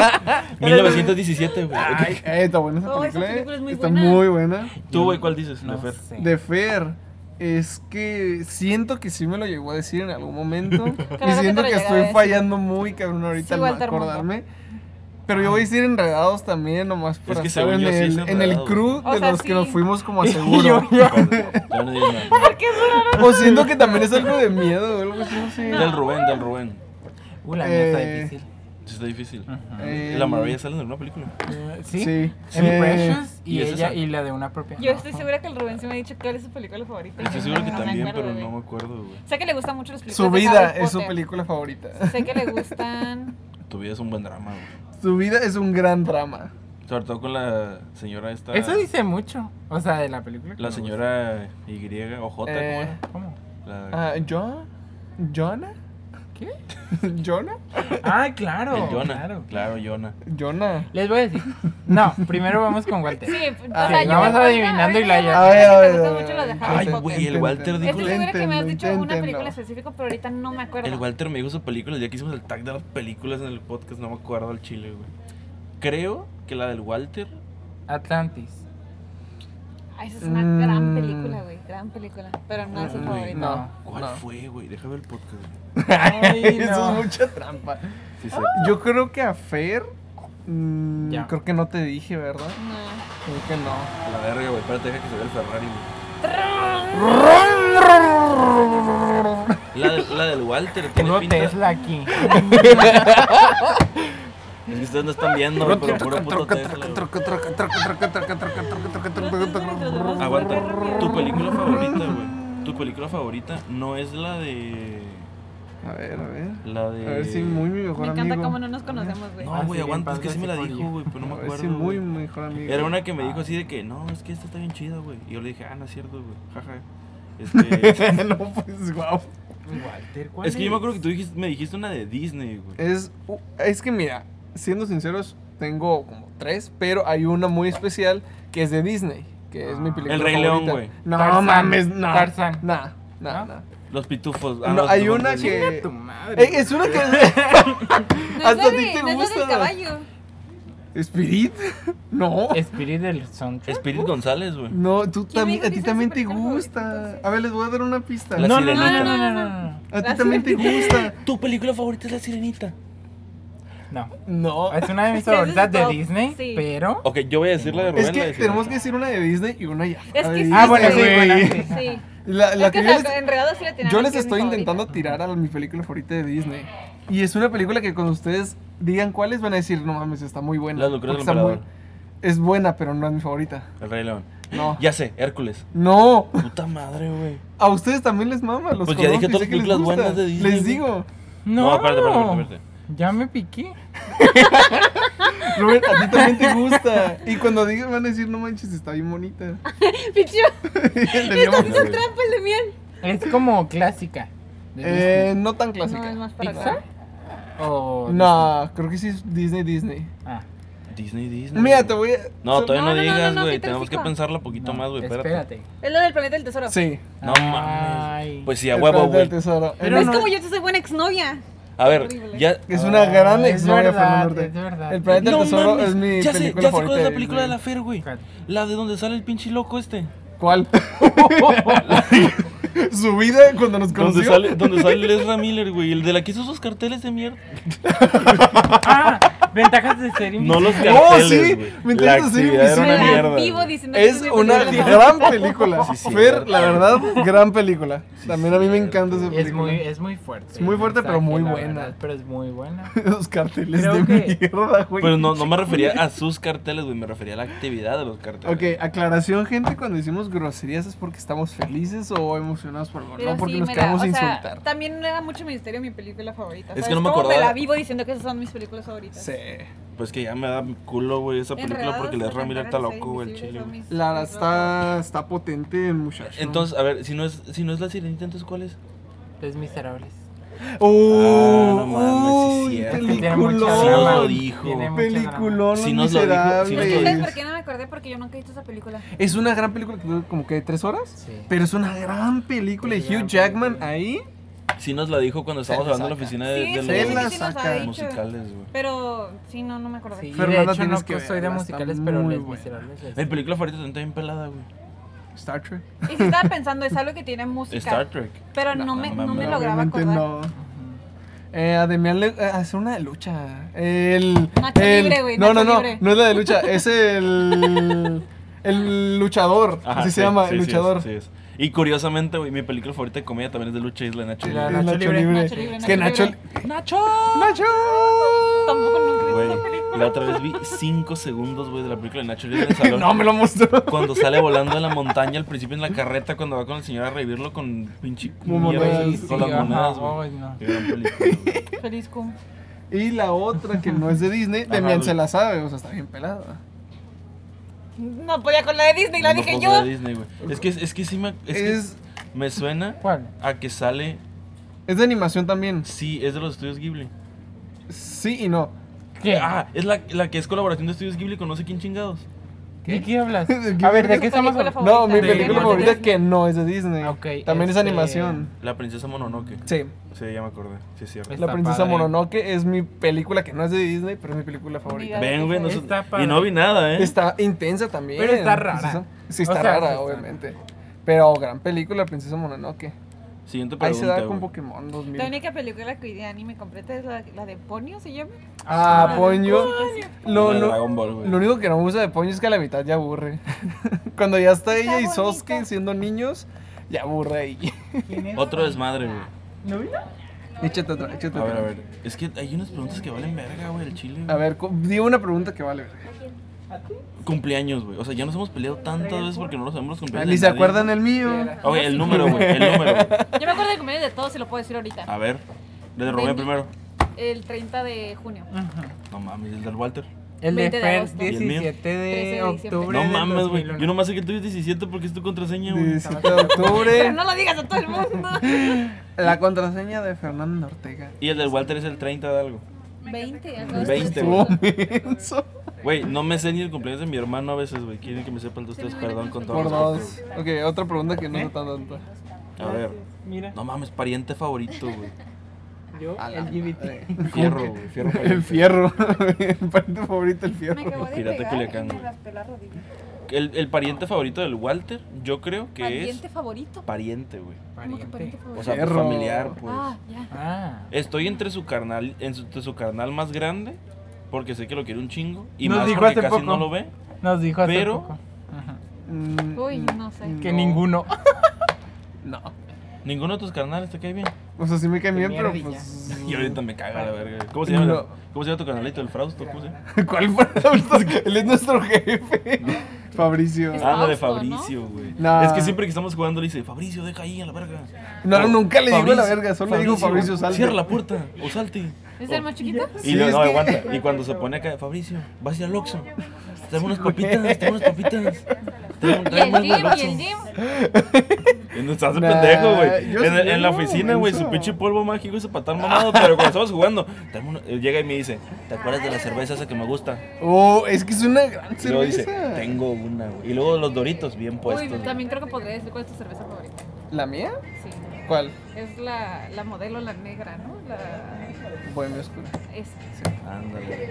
Speaker 3: 1917, güey.
Speaker 2: Ay, eh, está buena esa
Speaker 4: Oh, esa
Speaker 2: película. eh.
Speaker 4: película es muy
Speaker 2: está
Speaker 4: buena.
Speaker 2: muy buena.
Speaker 3: Tú, güey, ¿cuál dices?
Speaker 1: No
Speaker 3: de Fer?
Speaker 1: sé.
Speaker 2: De Fer, es que siento que sí me lo llegó a decir en algún momento. y
Speaker 4: que te
Speaker 2: siento
Speaker 4: lo
Speaker 2: que
Speaker 4: llega a
Speaker 2: estoy
Speaker 4: decir.
Speaker 2: fallando muy cabrón
Speaker 4: Sí,
Speaker 2: ahorita al no
Speaker 4: Walter Ah. Mondale.
Speaker 2: acordarme. Pero yo voy a decir enredados también, nomás para
Speaker 3: que
Speaker 2: estar
Speaker 3: según
Speaker 2: en
Speaker 3: yo sí es
Speaker 2: el, en el
Speaker 3: Enredados,
Speaker 2: crew
Speaker 4: güey.
Speaker 2: de
Speaker 4: O sea,
Speaker 2: los que nos
Speaker 4: sí.
Speaker 2: fuimos como a
Speaker 1: Y
Speaker 2: seguro.
Speaker 1: yo- yo-
Speaker 3: Ya no digas nada.
Speaker 4: Qué raro.
Speaker 2: O siento que también es algo de miedo o algo así, no sé.
Speaker 3: Del Rubén, del Rubén.
Speaker 1: Uh, la mía está
Speaker 2: Eh,
Speaker 1: difícil.
Speaker 3: Sí, Está difícil.
Speaker 1: Ujú.
Speaker 2: Eh,
Speaker 3: La maravilla sale en una película.
Speaker 1: Eh,
Speaker 2: Sí.
Speaker 1: Sí.
Speaker 2: sí.
Speaker 1: En Precious y,
Speaker 3: ¿Y es
Speaker 1: ella
Speaker 3: esa?
Speaker 1: y la de una propia.
Speaker 4: Yo estoy
Speaker 1: Ajá.
Speaker 4: segura que el Rubén sí me ha dicho cuál es su película favorita.
Speaker 3: Estoy seguro que
Speaker 4: No me
Speaker 3: también,
Speaker 4: acuerdo,
Speaker 3: pero
Speaker 4: güey.
Speaker 3: no me acuerdo, güey.
Speaker 4: Sé que le gustan mucho los películas.
Speaker 2: Su
Speaker 4: de
Speaker 2: vida
Speaker 4: Harry
Speaker 2: es su
Speaker 4: Potter.
Speaker 2: película favorita.
Speaker 4: Sé que le gustan.
Speaker 3: Tu vida es un buen drama, güey.
Speaker 2: Su vida es un gran drama.
Speaker 3: Sobre todo con la señora esta.
Speaker 1: Eso dice mucho. O sea, de la película. que
Speaker 3: La
Speaker 1: me
Speaker 3: señora Y o J,
Speaker 2: Eh,
Speaker 3: ¿cómo
Speaker 1: gusta. ¿Cómo?
Speaker 3: es? La-
Speaker 2: Ah, ¿John? ¿Jonah?
Speaker 1: ¿Qué?
Speaker 2: ¿Jonah?
Speaker 1: Ah, claro.
Speaker 3: el Jonah.
Speaker 1: Claro.
Speaker 3: Claro, Jonah.
Speaker 2: ¿Jonah?
Speaker 1: Les voy a decir. No, primero vamos con Walter.
Speaker 4: Sí, o
Speaker 2: Ah,
Speaker 4: sea,
Speaker 2: sí,
Speaker 4: yo
Speaker 2: vamos
Speaker 4: me acuerdo-
Speaker 1: adivinando y la ya-
Speaker 4: ahorita me acuerdo
Speaker 2: A ver,
Speaker 4: que
Speaker 2: a
Speaker 4: te
Speaker 2: ver, a
Speaker 4: gustan
Speaker 2: ver,
Speaker 4: mucho las de
Speaker 2: a ver.
Speaker 4: Harry
Speaker 3: Ay,
Speaker 4: Potter.
Speaker 3: güey, el Walter dijo.
Speaker 4: Estoy segura que me has
Speaker 2: Inténtenlo,
Speaker 4: dicho una película
Speaker 2: inténtenlo.
Speaker 4: específica, pero ahorita no me acuerdo.
Speaker 3: El Walter me dijo su película el día que hicimos el tag de las películas en el podcast. No me acuerdo al chile, güey. Creo que la del Walter.
Speaker 1: Atlantis.
Speaker 4: Ay, esa es una
Speaker 2: Mm.
Speaker 4: gran película, güey. Gran película. Pero no es su
Speaker 3: Uy,
Speaker 4: favorita.
Speaker 2: No,
Speaker 3: ¿Cuál
Speaker 2: no.
Speaker 3: fue, güey? Déjame el podcast. güey.
Speaker 1: Ay,
Speaker 2: Eso
Speaker 1: no.
Speaker 2: es mucha trampa.
Speaker 3: Sí,
Speaker 4: Ah.
Speaker 3: sé.
Speaker 2: Yo creo que a Fer. mm,
Speaker 1: Ya.
Speaker 2: Creo que no te dije, ¿verdad?
Speaker 4: No.
Speaker 2: Creo que no.
Speaker 3: La verga, güey. Espérate, deja que se vea el Ferrari, güey. La, del- la del Walter. Tiene
Speaker 1: Puro
Speaker 3: pinta.
Speaker 1: Tesla aquí.
Speaker 3: Es que ustedes no están viendo, güey, pero puro puto Tesla. güey. Aguanta. Tu película favorita, güey. Tu película favorita no es la de.
Speaker 2: A ver, a ver.
Speaker 3: La de.
Speaker 2: A ver si muy mi mejor
Speaker 4: Me
Speaker 2: amigo.
Speaker 4: encanta cómo no nos conocemos, güey.
Speaker 3: No,
Speaker 1: Ah,
Speaker 3: güey,
Speaker 1: sí,
Speaker 3: aguanta, es que
Speaker 1: Paz
Speaker 3: sí me la
Speaker 1: Gacy
Speaker 3: dijo,
Speaker 1: Coria.
Speaker 3: güey, pero no me
Speaker 2: A ver
Speaker 3: acuerdo.
Speaker 2: si muy Ah.
Speaker 3: güey.
Speaker 2: mi mejor amigo.
Speaker 3: Era una que me dijo así de que, no, es que esta está bien chida, güey. Y yo le dije, ah, no es cierto, güey. Jaja. Este,
Speaker 2: no, pues, wow.
Speaker 1: Walter, ¿cuál
Speaker 3: es que yo me acuerdo que tú dijiste, me dijiste una de Disney, güey.
Speaker 2: Es, u- es que mira, siendo sinceros, tengo como tres, pero hay una muy especial que es de Disney, que es mi
Speaker 1: Ah.
Speaker 2: película
Speaker 3: El Rey León,
Speaker 2: favorita.
Speaker 3: güey.
Speaker 2: No
Speaker 1: Tarzán.
Speaker 2: mames, no.
Speaker 1: Tarzán.
Speaker 2: Nah, nah,
Speaker 1: ¿No?
Speaker 2: nah.
Speaker 3: Los pitufos. Ah,
Speaker 2: No,
Speaker 3: los
Speaker 2: hay
Speaker 3: pitufos
Speaker 2: una
Speaker 3: de
Speaker 2: que-
Speaker 3: Disney.
Speaker 1: Chinga tu madre.
Speaker 2: Eh, es una que.
Speaker 4: No es
Speaker 2: Hasta
Speaker 4: la
Speaker 2: a ti
Speaker 4: de-
Speaker 2: te
Speaker 4: no es la
Speaker 2: gusta.
Speaker 4: del caballo.
Speaker 2: ¿Spirit? No.
Speaker 1: Spirit del soundtrack.
Speaker 3: Spirit González, güey.
Speaker 2: No, tú
Speaker 4: ¿Quién me
Speaker 2: también.
Speaker 4: dijo
Speaker 2: A
Speaker 4: que
Speaker 2: ti
Speaker 4: esa
Speaker 2: también
Speaker 4: es
Speaker 2: te
Speaker 4: mi película favorita,
Speaker 2: gusta.
Speaker 4: entonces?
Speaker 2: A ver, les voy a dar una pista.
Speaker 3: La
Speaker 1: no, no, no,
Speaker 3: sirenita.
Speaker 1: no, no, no, no.
Speaker 2: A ti
Speaker 4: La
Speaker 2: también te gusta.
Speaker 3: Tu película favorita es La Sirenita.
Speaker 1: No.
Speaker 4: Oh.
Speaker 2: No.
Speaker 1: Es una de mis
Speaker 4: Es que ese es
Speaker 1: favoritas de
Speaker 4: top,
Speaker 1: Disney,
Speaker 4: sí.
Speaker 1: pero.
Speaker 3: Ok, yo voy a decir la de Rubén.
Speaker 2: Es
Speaker 3: la
Speaker 2: que
Speaker 3: de
Speaker 2: tenemos que
Speaker 3: Sirenita.
Speaker 2: decir una de Disney y una ya.
Speaker 4: Es que sí,
Speaker 1: Ah, bueno, sí,
Speaker 4: güey.
Speaker 1: bueno,
Speaker 2: güey.
Speaker 1: sí.
Speaker 4: Sí.
Speaker 2: La, la
Speaker 4: Es
Speaker 2: que
Speaker 4: que
Speaker 2: yo les-
Speaker 4: la- enredados sí la tiraron,
Speaker 2: Yo les
Speaker 4: que es mi
Speaker 2: estoy
Speaker 4: favorita.
Speaker 2: intentando tirar a mi película favorita de Disney. Y es una película que cuando ustedes digan cuáles van a decir, no mames, está muy buena.
Speaker 3: Las locuras
Speaker 2: porque
Speaker 3: del
Speaker 2: está muy-
Speaker 3: emperador.
Speaker 2: Es buena, pero no es mi favorita.
Speaker 3: El Rey León.
Speaker 2: No.
Speaker 3: Ya sé, Hércules.
Speaker 2: No.
Speaker 3: Puta madre, güey.
Speaker 2: A ustedes también les mama los
Speaker 3: Pues ya
Speaker 2: conozco
Speaker 3: dije
Speaker 2: y sé
Speaker 3: todas las
Speaker 2: que les
Speaker 3: películas
Speaker 2: gusta.
Speaker 3: buenas de Disney,
Speaker 2: Les
Speaker 3: güey.
Speaker 2: digo.
Speaker 1: No,
Speaker 3: espérate, espérate, espérate,
Speaker 1: Ya me piqué.
Speaker 2: Robert, a ti también te gusta. Y cuando digan van a decir, no manches, está bien bonita.
Speaker 4: Pichu,
Speaker 2: Teníamos-
Speaker 4: estás haciendo trampa el de miel.
Speaker 1: Es como clásica. De
Speaker 2: eh, no tan clásica.
Speaker 4: No, es más para
Speaker 1: ¿Pixar?
Speaker 4: acá.
Speaker 1: Disney. O
Speaker 2: No, creo que sí es Disney, Disney.
Speaker 1: Ah,
Speaker 3: Disney, Disney.
Speaker 2: Mira,
Speaker 3: güey.
Speaker 2: te voy a...
Speaker 3: No, todavía no,
Speaker 4: No, no, no, no,
Speaker 3: digas,
Speaker 4: no,
Speaker 3: güey.
Speaker 4: quita el
Speaker 3: tenemos que
Speaker 4: hocico.
Speaker 3: pensarlo un poquito
Speaker 1: no,
Speaker 3: más, güey. Espérate.
Speaker 1: Espérate.
Speaker 4: Es lo del planeta del tesoro.
Speaker 2: Sí.
Speaker 3: No
Speaker 1: Ay.
Speaker 3: mames. Pues sí, a
Speaker 2: El
Speaker 3: huevo,
Speaker 2: planeta del
Speaker 3: güey.
Speaker 2: tesoro.
Speaker 1: Pero
Speaker 4: ¿Ves
Speaker 1: no-
Speaker 4: cómo yo te soy buena exnovia?
Speaker 3: A ver,
Speaker 4: Horrible.
Speaker 3: ya.
Speaker 2: Es una gran
Speaker 1: Ah, Es
Speaker 2: exnovia,
Speaker 1: verdad,
Speaker 2: Fernando Ortega.
Speaker 1: es verdad.
Speaker 2: El planeta del
Speaker 3: No
Speaker 2: tesoro
Speaker 3: mames,
Speaker 2: es mi
Speaker 3: ya sé,
Speaker 2: película
Speaker 3: ya
Speaker 2: favorita.
Speaker 3: sé cuál es la
Speaker 2: de
Speaker 3: película de la
Speaker 2: Disney.
Speaker 3: Fer, güey.
Speaker 1: Espérate.
Speaker 3: La de donde sale el pinche loco este.
Speaker 2: ¿Cuál? Su vida cuando nos
Speaker 3: Donde
Speaker 2: conoció.
Speaker 3: sale, donde sale Lesra Miller, güey. El de la que hizo esos carteles de mierda.
Speaker 1: Ah, ventajas de ser
Speaker 3: No los
Speaker 1: invisible.
Speaker 2: ¡Oh,
Speaker 3: carteles,
Speaker 2: sí!
Speaker 3: güey.
Speaker 2: Me
Speaker 3: La
Speaker 2: intentas decir
Speaker 3: actividad
Speaker 2: invisible.
Speaker 3: era una
Speaker 4: Me la
Speaker 3: mierda.
Speaker 4: vivo
Speaker 3: güey.
Speaker 4: diciendo que
Speaker 2: Es
Speaker 4: soy mi
Speaker 2: una
Speaker 4: película
Speaker 2: gran película.
Speaker 3: Sí, sí.
Speaker 2: Fer, la verdad, gran película. También a mí me encanta esa
Speaker 1: Es muy,
Speaker 2: película.
Speaker 1: es muy fuerte.
Speaker 2: Es muy fuerte,
Speaker 1: el
Speaker 2: pero muy
Speaker 1: mensaje, la
Speaker 2: buena.
Speaker 1: verdad, pero es muy buena.
Speaker 2: Los carteles
Speaker 1: Creo
Speaker 2: de
Speaker 1: que-
Speaker 2: mierda, güey.
Speaker 3: Pero no, no me refería a sus carteles, güey. Me refería a la actividad de los carteles.
Speaker 2: Ok, aclaración, gente, cuando decimos groserías es porque estamos felices o emocionados por algo,
Speaker 4: Pero
Speaker 2: no porque
Speaker 4: sí,
Speaker 2: nos
Speaker 4: me la-
Speaker 2: queramos
Speaker 4: o sea,
Speaker 2: insultar.
Speaker 4: También no era mucho misterio mi película favorita.
Speaker 3: Es que
Speaker 4: ¿sabes?
Speaker 3: no me
Speaker 4: Como
Speaker 3: acordaba.
Speaker 4: la vivo diciendo que esas son mis películas favoritas.
Speaker 2: Sí.
Speaker 3: Pues que ya me da culo, güey, esa película porque Lesra Miller está loco, güey, el chile, güey.
Speaker 2: Lara está, está potente el muchacho.
Speaker 3: Entonces, a ver, si no es, si no es la sirenita, entonces ¿cuál es?
Speaker 1: Los miserables.
Speaker 2: ¡Oh!
Speaker 3: Ah, no mames, sí es
Speaker 2: uy,
Speaker 3: cierto.
Speaker 1: Tiene mucha
Speaker 3: Sí
Speaker 1: drama.
Speaker 3: lo
Speaker 2: peliculón!
Speaker 3: dijo.
Speaker 1: Tiene mucha
Speaker 2: Peliculón,
Speaker 3: Sí
Speaker 2: Los
Speaker 3: nos lo dijo, sí nos lo
Speaker 2: Miserables.
Speaker 3: dijo.
Speaker 4: ¿Sabes por qué no me acordé? Porque yo nunca he visto esa película.
Speaker 2: Es una gran película que dura como que tres horas.
Speaker 1: Sí.
Speaker 2: Pero es una gran película. Y
Speaker 1: Gran
Speaker 2: Hugh Jackman
Speaker 1: película.
Speaker 2: ahí
Speaker 3: Sí nos la dijo cuando estábamos
Speaker 2: Se la
Speaker 3: hablando en
Speaker 2: saca.
Speaker 3: la oficina de,
Speaker 4: Sí,
Speaker 3: Eh, de
Speaker 2: se
Speaker 4: sí,
Speaker 2: la
Speaker 3: los
Speaker 4: sí nos ha
Speaker 2: saca.
Speaker 4: dicho.
Speaker 3: musicales, güey.
Speaker 4: Pero sí, no, no me acuerdo.
Speaker 1: Sí, y
Speaker 2: Fernanda,
Speaker 1: de hecho
Speaker 2: tienes
Speaker 1: no
Speaker 2: que
Speaker 1: que soy de
Speaker 2: verla, está
Speaker 1: musicales, pero
Speaker 2: muy
Speaker 1: Les
Speaker 2: buena.
Speaker 1: Miserables les-
Speaker 3: Mi película favorita también está bien pelada, güey.
Speaker 2: Star Trek.
Speaker 4: Y sí estaba pensando, es algo que tiene música.
Speaker 3: Star Trek.
Speaker 4: Pero
Speaker 3: No,
Speaker 4: no, me,
Speaker 3: no
Speaker 4: no me
Speaker 3: mames.
Speaker 4: lograba
Speaker 2: Obviamente
Speaker 4: acordar.
Speaker 2: no. Eh, a Demian le eh, hace una de lucha. El.
Speaker 4: Nacho
Speaker 2: el-
Speaker 4: libre, güey,
Speaker 2: No, no,
Speaker 4: Nacho
Speaker 2: no.
Speaker 4: libre.
Speaker 2: No es la de lucha. Es el. El luchador.
Speaker 3: Ajá,
Speaker 2: así
Speaker 3: sí,
Speaker 2: se llama,
Speaker 3: sí,
Speaker 2: el
Speaker 3: sí es,
Speaker 2: luchador.
Speaker 3: sí es. Y curiosamente, güey, mi película favorita de comedia también es de lucha Isla Nacho.
Speaker 2: El
Speaker 1: La-
Speaker 3: Libre.
Speaker 1: Nacho Libre.
Speaker 4: Nacho libre,
Speaker 2: Es que Nacho.
Speaker 4: Nacho
Speaker 1: ¡Nacho!
Speaker 2: ¡Nacho!
Speaker 4: Tampoco nunca vi
Speaker 3: Güey,
Speaker 4: esa película.
Speaker 3: la otra vez vi 5 segundos, güey, de la película de Nacho Libre en el salón.
Speaker 2: No, me lo mostró.
Speaker 3: Cuando sale volando en la montaña al principio en la carreta, cuando va con el señor a revivirlo con pinche
Speaker 2: Con
Speaker 3: mierda,
Speaker 2: monedas.
Speaker 3: con
Speaker 2: Sí,
Speaker 3: las
Speaker 1: ajá,
Speaker 3: monedas, güey.
Speaker 1: ay, no.
Speaker 3: Qué gran película, güey.
Speaker 4: Feliz cum.
Speaker 2: Y la otra que no es de Disney,
Speaker 3: Ajá,
Speaker 2: Demian
Speaker 3: güey.
Speaker 2: se la sabe, o sea, está bien pelada.
Speaker 4: No podía con la de Disney, la
Speaker 3: No
Speaker 4: dije
Speaker 3: puedo
Speaker 4: yo.
Speaker 3: creer Disney, güey. es que es que sí me es que
Speaker 2: Es,
Speaker 3: me suena
Speaker 1: ¿Cuál?
Speaker 3: a que sale
Speaker 2: es de animación también.
Speaker 3: sí, es de los estudios Ghibli.
Speaker 2: Sí y no.
Speaker 1: ¿Qué?
Speaker 3: Ah, es la, la que es colaboración de estudios Ghibli con no sé quién chingados.
Speaker 1: ¿De qué hablas?
Speaker 2: ¿De qué
Speaker 1: A ver, ¿de
Speaker 2: hablas?
Speaker 1: qué estamos
Speaker 4: Película
Speaker 1: hablando?
Speaker 2: No, mi
Speaker 3: De
Speaker 2: película
Speaker 3: Disney.
Speaker 2: favorita que no es de Disney.
Speaker 1: Ok,
Speaker 2: también es
Speaker 1: este-
Speaker 2: animación.
Speaker 3: La princesa Mononoke.
Speaker 2: Sí.
Speaker 3: Sí, ya me acordé. Sí, es cierto.
Speaker 1: Está
Speaker 2: la princesa
Speaker 1: padre.
Speaker 2: Mononoke es mi película que no es de Disney, pero es mi película favorita.
Speaker 4: Diga.
Speaker 3: Ven, güey, no sé-
Speaker 1: Está padre.
Speaker 3: y no vi nada, ¿eh?
Speaker 2: Está intensa también.
Speaker 1: Pero está rara. O
Speaker 2: Sí, está
Speaker 1: sea,
Speaker 2: rara,
Speaker 1: sí está-
Speaker 2: obviamente. Pero gran película, Princesa Mononoke.
Speaker 3: Siguiente
Speaker 2: Ahí se
Speaker 3: pregunta,
Speaker 2: da con
Speaker 3: güey.
Speaker 2: Pokémon
Speaker 4: La
Speaker 2: 2000.
Speaker 4: única película que vi de anime completa es la, la de Ponyo, ¿se llama?
Speaker 2: Ah,
Speaker 4: Ah,
Speaker 2: Ponyo.
Speaker 4: Ponyo.
Speaker 2: Lo,
Speaker 3: La de
Speaker 2: lo-
Speaker 3: Dragon Ball, güey.
Speaker 2: lo único que no me gusta de Ponyo es que a la mitad ya aburre. Cuando ya está
Speaker 4: Está
Speaker 2: ella y
Speaker 4: bonito.
Speaker 2: Sosuke siendo niños, ya aburre ahí.
Speaker 1: ¿Quién es?
Speaker 3: Otro desmadre, güey.
Speaker 1: ¿No vino?
Speaker 2: Échate otra, échate
Speaker 3: A ver,
Speaker 2: otra.
Speaker 3: a ver. Es que hay unas preguntas que valen verga, güey, el chile.
Speaker 2: A
Speaker 3: güey.
Speaker 2: ver, cu- di una pregunta que vale. verga.
Speaker 3: Cumpleaños, güey. O sea, ya nos hemos peleado tantas veces porque no nos sabemos los cumpleaños.
Speaker 2: Ah, Ni
Speaker 3: de
Speaker 2: se
Speaker 3: nadie.
Speaker 2: acuerdan eh. el mío.
Speaker 3: Ok, el número, güey. El número, güey.
Speaker 4: Yo me acuerdo del cumpleaños de todos, se lo puedo decir ahorita.
Speaker 3: A ver. El de Rubén
Speaker 4: Del-
Speaker 3: primero.
Speaker 4: El 30 de junio.
Speaker 2: Ah.
Speaker 3: No mames, el del Walter.
Speaker 1: El de
Speaker 4: 20 de
Speaker 1: Fer,
Speaker 4: agosto.
Speaker 3: ¿Y el mío?
Speaker 1: 17
Speaker 4: 13
Speaker 1: de
Speaker 4: de diciembre.
Speaker 1: octubre.
Speaker 3: No
Speaker 1: del
Speaker 3: mames, güey.
Speaker 1: 2001.
Speaker 3: Yo nomás sé que tú eres 17 porque es tu contraseña, güey.
Speaker 2: 17 de
Speaker 4: Pero
Speaker 2: octubre.
Speaker 4: no lo digas a todo el mundo.
Speaker 2: La contraseña de Fernando Ortega.
Speaker 3: Y el del Walter es el 30 de algo.
Speaker 4: 20, algo así.
Speaker 3: 20,
Speaker 2: Estuvo
Speaker 3: Este, güey.
Speaker 2: menso.
Speaker 3: Güey, no me sé ni el cumpleaños de mi hermano a veces, güey. Quieren que me sepa el de ustedes, perdón, con todo
Speaker 2: Por
Speaker 3: respeto.
Speaker 2: dos. Ok, otra pregunta que no
Speaker 4: ¿Eh?
Speaker 2: es tan tanta.
Speaker 3: A ver.
Speaker 1: Ah, Mira,
Speaker 3: No mames, pariente favorito, güey.
Speaker 1: yo
Speaker 2: A la
Speaker 1: LGBT.
Speaker 3: Fierro, güey. Fierro pariente.
Speaker 2: eh, El fierro. El pariente favorito, el
Speaker 5: Me
Speaker 2: fierro.
Speaker 5: acabo de
Speaker 3: Pirata
Speaker 5: pegar
Speaker 3: Culiacán,
Speaker 5: y me
Speaker 3: güey.
Speaker 5: raspé la rodilla.
Speaker 3: El, el pariente favorito del Walter, yo creo que
Speaker 4: ¿Pariente favorito?
Speaker 3: es pariente, güey.
Speaker 4: ¿Cómo que pariente
Speaker 1: Pariente.
Speaker 3: O
Speaker 4: favorito?
Speaker 3: sea, pues,
Speaker 2: Fierro.
Speaker 3: familiar, pues.
Speaker 4: Ah, ya.
Speaker 1: Ah.
Speaker 3: Estoy entre su carnal, entre su, entre su carnal más grande, porque sé que lo quiere un chingo. Y
Speaker 1: Nos
Speaker 3: más
Speaker 1: dijo
Speaker 3: porque
Speaker 1: hace
Speaker 3: casi
Speaker 1: poco.
Speaker 3: no lo ve.
Speaker 1: Nos dijo hace
Speaker 3: Pero-
Speaker 1: poco. Ajá.
Speaker 2: Mm,
Speaker 4: Uy, no sé.
Speaker 1: Que ninguno.
Speaker 2: No.
Speaker 3: Ninguno de tus carnales te cae bien.
Speaker 2: O sea, sí me cae
Speaker 1: Qué
Speaker 2: bien, pero
Speaker 1: mierdilla.
Speaker 2: pues.
Speaker 3: Y ahorita me caga la verga. ¿Cómo se llama?
Speaker 2: No.
Speaker 3: ¿Cómo se llama tu canalito? ¿El Frausto? ¿Cómo se llama?
Speaker 2: pues, ¿Cuál fue el Él es nuestro jefe. Fabricio.
Speaker 4: Es-
Speaker 3: Ah, de
Speaker 4: Fausto,
Speaker 3: Fabricio, güey.
Speaker 2: Nah.
Speaker 3: Es que siempre que estamos jugando le dice, Fabricio, deja ahí a la verga.
Speaker 2: No,
Speaker 3: O,
Speaker 2: nunca le digo
Speaker 3: "Fabricio,
Speaker 2: la verga, solo le digo Fabricio Salte.
Speaker 3: Cierra la puerta o salte.
Speaker 4: ¿Es
Speaker 3: O-
Speaker 4: el
Speaker 2: Oh,
Speaker 4: más chiquito?
Speaker 3: Y
Speaker 2: Sí,
Speaker 3: luego,
Speaker 2: es
Speaker 3: no,
Speaker 2: que-
Speaker 3: aguanta. Y cuando se pone acá, Fabricio, vas a ir al Oxxo. Trae unas papitas, trae unas papitas. Trae un-
Speaker 4: ¿Y
Speaker 3: trae
Speaker 4: el
Speaker 3: un
Speaker 4: gym? ¿Y
Speaker 3: Oxxo".
Speaker 4: el gym?
Speaker 3: Y nos hace
Speaker 2: Nah,
Speaker 3: pendejo, güey.
Speaker 2: yo
Speaker 3: En,
Speaker 2: sí,
Speaker 3: en la
Speaker 2: no,
Speaker 3: oficina, güey,
Speaker 2: menso.
Speaker 3: su pinche polvo mágico ese patán mamado. Pero cuando estamos jugando, trae uno- eh, llega y me dice, ¿te acuerdas de la cerveza esa que me gusta?
Speaker 2: Oh, es que es una gran
Speaker 3: Y luego dice,
Speaker 2: cerveza.
Speaker 3: tengo una, güey. Y luego los doritos bien puestos.
Speaker 4: Uy,
Speaker 3: güey.
Speaker 4: también creo que podría decir cuál es tu cerveza favorita.
Speaker 2: ¿La mía?
Speaker 4: Sí.
Speaker 2: ¿Cuál?
Speaker 4: Es la, la modelo, la negra, ¿no? La...
Speaker 2: Bohemia Oscura.
Speaker 4: Esa.
Speaker 3: Ándale.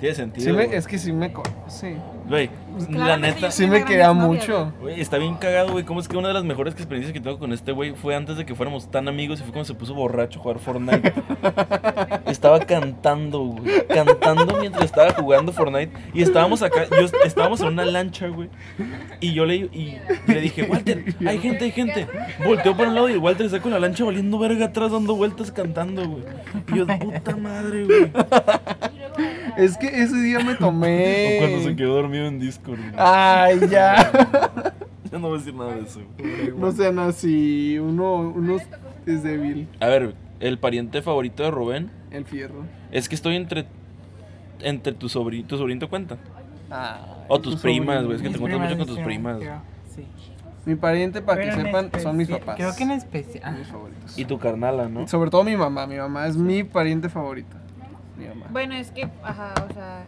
Speaker 3: Tiene sentido.
Speaker 2: Sí me-
Speaker 3: güey.
Speaker 2: es que sí me conoce.
Speaker 3: Güey, la
Speaker 4: Claro que
Speaker 3: neta.
Speaker 4: sí.
Speaker 2: Sí me
Speaker 4: Una gran
Speaker 2: queda
Speaker 4: exnovia,
Speaker 2: mucho.
Speaker 3: Güey, está bien cagado, güey. ¿Cómo es que una de las mejores experiencias que tengo con este güey fue antes de que fuéramos tan amigos y fue cuando se puso borracho a jugar Fortnite? estaba cantando, güey. Cantando mientras estaba jugando Fortnite. Y estábamos acá, yo estábamos en una lancha, güey. Y yo le, y le dije, Walter, hay gente, hay gente. Volteó para un lado y el Walter está con la lancha valiendo verga atrás, dando vueltas, cantando, güey. Y yo, puta madre, güey.
Speaker 2: Es que ese día me tomé.
Speaker 3: O cuando se quedó dormido en Discord, güey.
Speaker 2: Ay, ya.
Speaker 3: Yo no voy a decir nada de eso, güey.
Speaker 2: No sean así. Uno, uno es débil.
Speaker 3: A ver, el pariente favorito de Rubén
Speaker 2: El fierro.
Speaker 3: es que estoy entre entre tu sobrino, tu sobrino te cuenta.
Speaker 2: Ah,
Speaker 3: O tus primas, güey, es que
Speaker 1: Mis
Speaker 3: te juntas mucho
Speaker 1: primas,
Speaker 3: con tus
Speaker 1: sí,
Speaker 3: primas.
Speaker 1: creo, Sí.
Speaker 2: Mi pariente, para que
Speaker 1: Pero en
Speaker 2: sepan, son mis
Speaker 1: especi-
Speaker 2: papás.
Speaker 1: Creo que en ah, especial.
Speaker 2: Mis favoritos.
Speaker 3: Y tu carnala, ¿no?
Speaker 2: Sobre todo mi mamá. Mi mamá es mi pariente favorita. Mi mamá.
Speaker 4: Bueno, es que, ajá, o sea,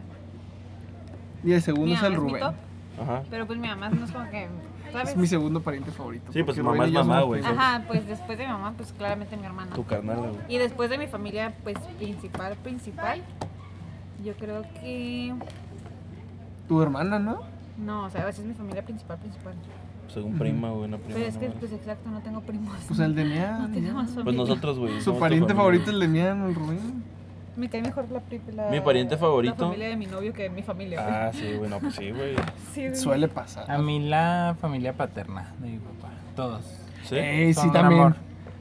Speaker 2: Y el
Speaker 4: mi
Speaker 2: segundo es
Speaker 4: mamá
Speaker 2: el
Speaker 4: es mi
Speaker 2: Rubén.
Speaker 4: top,
Speaker 3: Ajá.
Speaker 4: pero pues mi mamá no es como que ¿sabes?
Speaker 2: Es mi segundo pariente favorito.
Speaker 3: Sí, pues
Speaker 2: porque
Speaker 3: mamá
Speaker 2: Rubén y
Speaker 3: es
Speaker 2: yo
Speaker 3: mamá,
Speaker 2: somos
Speaker 3: güey.
Speaker 2: primos.
Speaker 4: Ajá, pues después de mi mamá, pues claramente mi hermana.
Speaker 3: Tu carnal, güey.
Speaker 4: Y después de mi familia, pues principal, principal, yo creo que...
Speaker 2: Tu hermana, ¿no?
Speaker 4: No, o sea, así es mi familia principal, principal.
Speaker 3: Según
Speaker 2: Ujú.
Speaker 3: prima, güey, una prima.
Speaker 4: Pero es
Speaker 3: no
Speaker 4: que,
Speaker 3: mames.
Speaker 4: pues exacto, no tengo primos.
Speaker 2: Pues el de Mian.
Speaker 4: No tengo más familia.
Speaker 3: Pues nosotros, güey.
Speaker 2: Su pariente favorito es el de Mian, el Rubén.
Speaker 4: Me cae mejor la, pri- la-
Speaker 3: Mi pariente favorito.
Speaker 4: La familia de mi novio que mi familia. güey.
Speaker 3: Ah, sí, güey, no, pues sí, güey.
Speaker 4: Sí, güey.
Speaker 2: Suele pasar.
Speaker 1: A
Speaker 4: Ah.
Speaker 1: mí la familia paterna de mi papá. Todos.
Speaker 3: Sí.
Speaker 2: Ey,
Speaker 1: Son
Speaker 2: sí,
Speaker 1: un
Speaker 2: también.
Speaker 1: amor.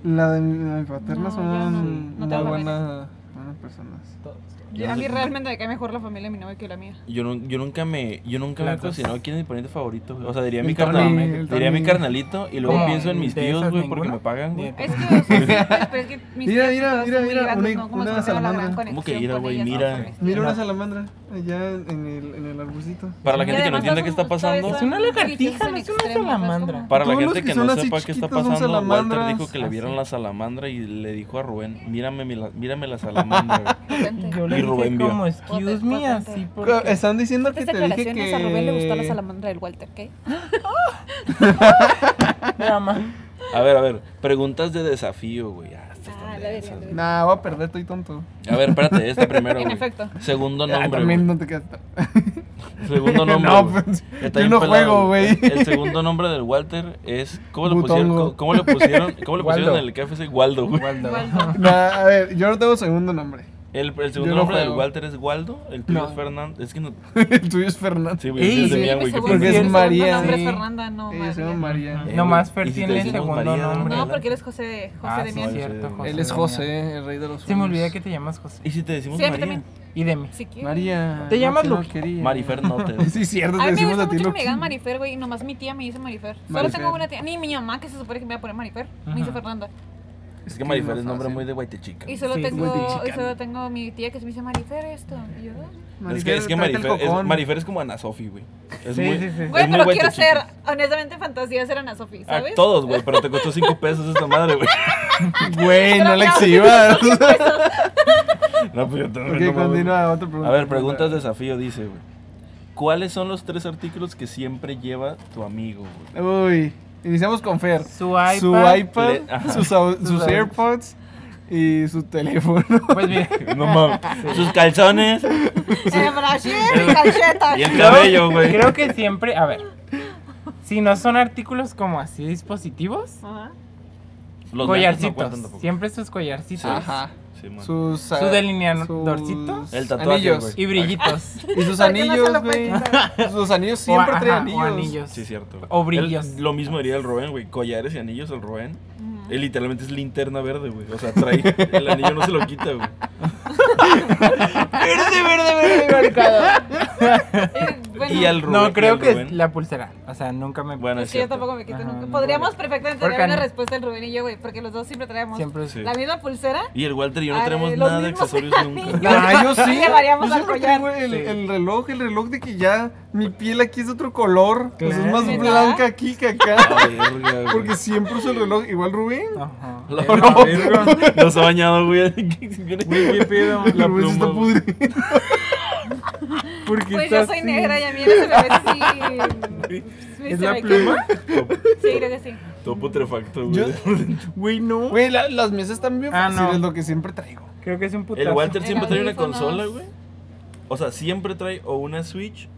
Speaker 2: La de mi, la de mi paterna
Speaker 4: No, yo
Speaker 2: son
Speaker 4: no- no
Speaker 2: muy
Speaker 4: tengo
Speaker 2: buenas, buenas personas.
Speaker 1: Todos. todos.
Speaker 4: Yo- a mí realmente me cae mejor la familia de mi novio que la mía.
Speaker 3: Yo, nun- yo nunca me yo nunca me he
Speaker 1: Platos.
Speaker 3: cuestionado quién es mi pariente favorito, güey. O sea, diría
Speaker 2: El
Speaker 3: mi
Speaker 2: Tony,
Speaker 3: carnal,
Speaker 2: el
Speaker 3: diría
Speaker 2: Tony.
Speaker 3: mi carnalito y luego
Speaker 1: Como
Speaker 3: pienso en mis
Speaker 1: de
Speaker 3: tíos,
Speaker 1: esas
Speaker 3: güey, porque
Speaker 1: ninguno.
Speaker 3: me pagan, güey.
Speaker 1: Ni-
Speaker 4: Es que, o sea, sí, pero es que mis
Speaker 2: Mira,
Speaker 4: tías
Speaker 2: mira,
Speaker 4: todas
Speaker 2: mira,
Speaker 4: son muy
Speaker 2: mira,
Speaker 4: grandes,
Speaker 2: una-
Speaker 4: ¿no? Como
Speaker 2: una
Speaker 4: que no tengo la gran
Speaker 2: salamandra.
Speaker 4: conexión
Speaker 3: ¿Cómo que mira,
Speaker 4: con
Speaker 3: güey?
Speaker 4: ellas, ¿no?
Speaker 3: Mira.
Speaker 4: Con ellas.
Speaker 2: Mira
Speaker 1: No.
Speaker 2: una salamandra allá en el, en el arbolcito.
Speaker 3: Para la
Speaker 4: Y
Speaker 3: gente que no entienda
Speaker 4: además son ¿eh?
Speaker 3: qué está
Speaker 4: justo eso,
Speaker 3: pasando,
Speaker 1: Es una lagartija,
Speaker 4: religiosos en
Speaker 1: no es una
Speaker 4: extremo, o sea, es
Speaker 1: salamandra.
Speaker 4: como-
Speaker 3: Para la
Speaker 2: Todos los
Speaker 3: gente
Speaker 2: que
Speaker 3: que,
Speaker 2: son
Speaker 3: no
Speaker 2: así
Speaker 3: sepa qué está
Speaker 2: chiquitos son
Speaker 3: pasando, Walter
Speaker 2: salamandras.
Speaker 3: dijo que le
Speaker 1: Ah,
Speaker 3: vieron
Speaker 1: sí.
Speaker 3: la salamandra y le dijo a Rubén, mírame, mi la- mírame la salamandra.
Speaker 1: Y
Speaker 3: güey".
Speaker 4: Potente.
Speaker 1: yo le
Speaker 3: Y
Speaker 1: dije
Speaker 3: Rubén vio.
Speaker 1: como, excuse me,
Speaker 4: Potente, potente.
Speaker 1: así porque...
Speaker 2: Están diciendo que
Speaker 4: Estas
Speaker 2: te dije
Speaker 4: declaraciones
Speaker 2: que...
Speaker 4: a Rubén le gustó la salamandra del Walter, ¿ok?
Speaker 1: Mira, mamá.
Speaker 3: A ver, a ver, preguntas de desafío, güey. Ah, estas están
Speaker 4: Ah, la
Speaker 3: densas,
Speaker 4: verga.
Speaker 3: güey.
Speaker 2: Nah, voy a perder, estoy tonto.
Speaker 3: A ver, espérate, esta primero,
Speaker 4: En
Speaker 3: güey.
Speaker 4: efecto.
Speaker 3: Segundo
Speaker 2: Ah,
Speaker 3: nombre,
Speaker 2: también
Speaker 3: güey.
Speaker 2: no te quedas tan-
Speaker 3: Segundo nombre,
Speaker 2: No,
Speaker 3: güey.
Speaker 2: pues, yo
Speaker 3: Está bien
Speaker 2: no
Speaker 3: pelado,
Speaker 2: juego, güey.
Speaker 3: El segundo nombre del Walter es. ¿Cómo le
Speaker 2: Butongo.
Speaker 3: pusieron? ¿Cómo- ¿Cómo le pusieron? ¿Cómo le pusieron
Speaker 1: Waldo.
Speaker 3: en el KFC? Waldo, güey.
Speaker 1: Waldo.
Speaker 4: Waldo.
Speaker 2: Nah, a ver, yo no tengo segundo nombre.
Speaker 3: El, el
Speaker 2: Yo
Speaker 3: segundo
Speaker 2: no
Speaker 3: nombre del
Speaker 2: juego.
Speaker 3: Walter es Waldo. El tuyo
Speaker 2: No.
Speaker 3: es Fernando. Es que no.
Speaker 2: El tuyo es Fernando.
Speaker 3: Sí, güey.
Speaker 1: Ey,
Speaker 3: es de
Speaker 2: sí,
Speaker 3: mía,
Speaker 4: Dime
Speaker 3: güey. qué
Speaker 4: seguro,
Speaker 2: Porque
Speaker 4: mi
Speaker 2: es
Speaker 3: pendejo.
Speaker 4: segundo
Speaker 2: María.
Speaker 4: nombre es
Speaker 1: Sí.
Speaker 4: Fernanda, no
Speaker 2: Ella se
Speaker 4: María.
Speaker 2: llama María.
Speaker 3: Eh,
Speaker 1: Nomás
Speaker 3: güey,
Speaker 1: Fer
Speaker 3: ¿y si te
Speaker 1: tiene el
Speaker 3: decimos
Speaker 1: segundo
Speaker 3: María,
Speaker 1: nombre.
Speaker 4: No,
Speaker 3: adelante?
Speaker 4: porque él es José de, José
Speaker 1: Ah,
Speaker 4: de
Speaker 1: sí,
Speaker 4: Miel.
Speaker 1: es cierto, José.
Speaker 2: Él es
Speaker 1: de Miel.
Speaker 2: José, el rey de los
Speaker 1: Se me
Speaker 2: sueños.
Speaker 1: olvida que te llamas José.
Speaker 3: ¿Y si te decimos
Speaker 4: Sí, a mí
Speaker 3: María?
Speaker 4: también.
Speaker 1: Y Demi.
Speaker 4: Si quieres.
Speaker 2: María.
Speaker 1: Te llamas
Speaker 2: no, que no
Speaker 1: Luke.
Speaker 2: quería.
Speaker 3: Marifer no te.
Speaker 2: Sí, cierto, te
Speaker 4: A mí me
Speaker 2: decimos
Speaker 4: gusta
Speaker 2: a ti
Speaker 4: mucho que
Speaker 2: Luke.
Speaker 4: me digan Marifer, güey. Nomás mi tía me dice Marifer. Solo
Speaker 2: Marifer.
Speaker 4: tengo una tía. Ni mi mamá, que se supone que me iba a poner Marifer, me dice
Speaker 1: Ajá.
Speaker 4: Fernanda.
Speaker 3: Es que Marifer es nombre
Speaker 2: fácil.
Speaker 3: muy de guaitechica.
Speaker 4: Y solo,
Speaker 1: Sí, es
Speaker 4: tengo,
Speaker 1: muy
Speaker 4: y solo tengo mi tía que se me dice Marifer esto. Y yo,
Speaker 3: Es que, es que
Speaker 2: tráete el
Speaker 3: Marifer, es,
Speaker 2: cocón.
Speaker 3: Marifer es como Ana Sofi, güey. Es
Speaker 1: Sí,
Speaker 3: muy,
Speaker 1: sí, sí.
Speaker 3: es
Speaker 4: güey,
Speaker 3: muy
Speaker 4: pero quiero ser,
Speaker 3: guaitechica.
Speaker 4: honestamente, fantasía ser Ana Sofía,
Speaker 3: A
Speaker 4: ¿sabes?
Speaker 3: todos, güey, pero te costó 5 pesos esta madre, güey.
Speaker 2: Güey, no
Speaker 4: Ah, Pero
Speaker 2: la
Speaker 4: ya-
Speaker 2: exhibas.
Speaker 3: No, pues yo te
Speaker 2: Ok,
Speaker 3: no mames.
Speaker 2: continúa, otra pregunta.
Speaker 3: A ver, preguntas de desafío, dice, güey. ¿Cuáles son los tres artículos que siempre lleva tu amigo, güey?
Speaker 2: Uy, iniciamos con Fer.
Speaker 1: Su iPad.
Speaker 2: Su iPad,
Speaker 3: Le- ajá.
Speaker 2: sus, au- sus
Speaker 1: Sus au-
Speaker 2: AirPods y su teléfono.
Speaker 1: Pues mira,
Speaker 3: No mames. Sus calzones
Speaker 4: Eh, Brasil y calcetas.
Speaker 3: y el cabello, güey.
Speaker 1: creo que siempre, a ver, si no son artículos como así dispositivos,
Speaker 4: Ajá.
Speaker 3: Los lentes no
Speaker 1: collarcitos,
Speaker 3: cuentan tampoco.
Speaker 1: siempre sus collarcitos
Speaker 2: Ajá.
Speaker 3: Sí, man.
Speaker 2: Sus,
Speaker 1: Su
Speaker 2: ah,
Speaker 1: delineadorcito.
Speaker 2: sus
Speaker 3: El tatuaje,
Speaker 2: anillos.
Speaker 3: güey.
Speaker 1: y brillitos.
Speaker 2: Y sus
Speaker 4: ¿Por qué no se
Speaker 2: anillos,
Speaker 4: lo
Speaker 2: güey.
Speaker 4: puede
Speaker 2: sus anillos siempre
Speaker 1: O-
Speaker 2: traen
Speaker 1: ajá,
Speaker 2: anillos.
Speaker 1: o anillos.
Speaker 3: Sí, cierto. güey.
Speaker 1: O brillos.
Speaker 3: Él- lo mismo haría el Rubén, güey. Collares y anillos el Rubén.
Speaker 4: Ujú.
Speaker 3: Él literalmente es linterna verde, güey. O sea, trae. El anillo no se lo quita, güey.
Speaker 1: verde, verde, verde, marcado.
Speaker 4: Eh, bueno,
Speaker 3: Y al Rubén. y
Speaker 1: No,
Speaker 3: al
Speaker 1: creo que
Speaker 3: Rubén.
Speaker 1: es la pulsera. O sea, nunca me.
Speaker 3: Bueno, es
Speaker 4: Es que yo
Speaker 3: cierto.
Speaker 4: tampoco me quito
Speaker 1: Ajá,
Speaker 4: nunca.
Speaker 1: no
Speaker 4: Podríamos
Speaker 1: puedo.
Speaker 4: perfectamente
Speaker 1: Porque
Speaker 4: tener una
Speaker 1: no.
Speaker 4: respuesta el Rubén y yo, güey, porque los dos siempre traemos
Speaker 1: Siempre es.
Speaker 3: Sí.
Speaker 4: la misma pulsera.
Speaker 3: Y el Walter y yo no
Speaker 4: Ay,
Speaker 3: tenemos
Speaker 4: los
Speaker 3: nada de
Speaker 4: mismos
Speaker 3: accesorios nunca.
Speaker 2: Ah, yo sí.
Speaker 4: Llevaríamos
Speaker 2: yo
Speaker 4: al
Speaker 2: siempre
Speaker 4: collar.
Speaker 2: tengo el,
Speaker 1: Sí.
Speaker 2: el reloj, el reloj de que ya mi piel aquí es de otro color. Pues es
Speaker 1: Claro.
Speaker 2: más
Speaker 4: ¿Verdad?
Speaker 2: blanca aquí que
Speaker 3: A
Speaker 2: acá.
Speaker 3: verga, Ah, güey.
Speaker 2: Porque siempre uso el reloj. Igual Rubén.
Speaker 1: Ajá. Eh,
Speaker 3: La
Speaker 2: No,
Speaker 3: no,
Speaker 2: no.
Speaker 3: no se ha bañado, güey. ¿Qué, qué
Speaker 1: Ah.
Speaker 3: pedo? La
Speaker 2: Rubén se está
Speaker 3: pluma, güey.
Speaker 2: pudriendo. Porque
Speaker 4: Pues yo soy negra y a mí no se me ve así.
Speaker 1: ¿Es
Speaker 4: se
Speaker 1: la
Speaker 4: me cae.
Speaker 1: pluma?
Speaker 4: Sí, creo que sí.
Speaker 3: Todo putrefacto,
Speaker 2: Yo-
Speaker 3: güey.
Speaker 1: Güey, no.
Speaker 2: Güey, la- las mesas están bien
Speaker 1: Ah,
Speaker 2: fáciles,
Speaker 1: no.
Speaker 2: lo que siempre traigo.
Speaker 1: Creo que es un putazo.
Speaker 3: El Walter siempre
Speaker 4: El
Speaker 3: trae una
Speaker 4: audífonos.
Speaker 3: consola, güey. O sea, siempre trae o una Switch.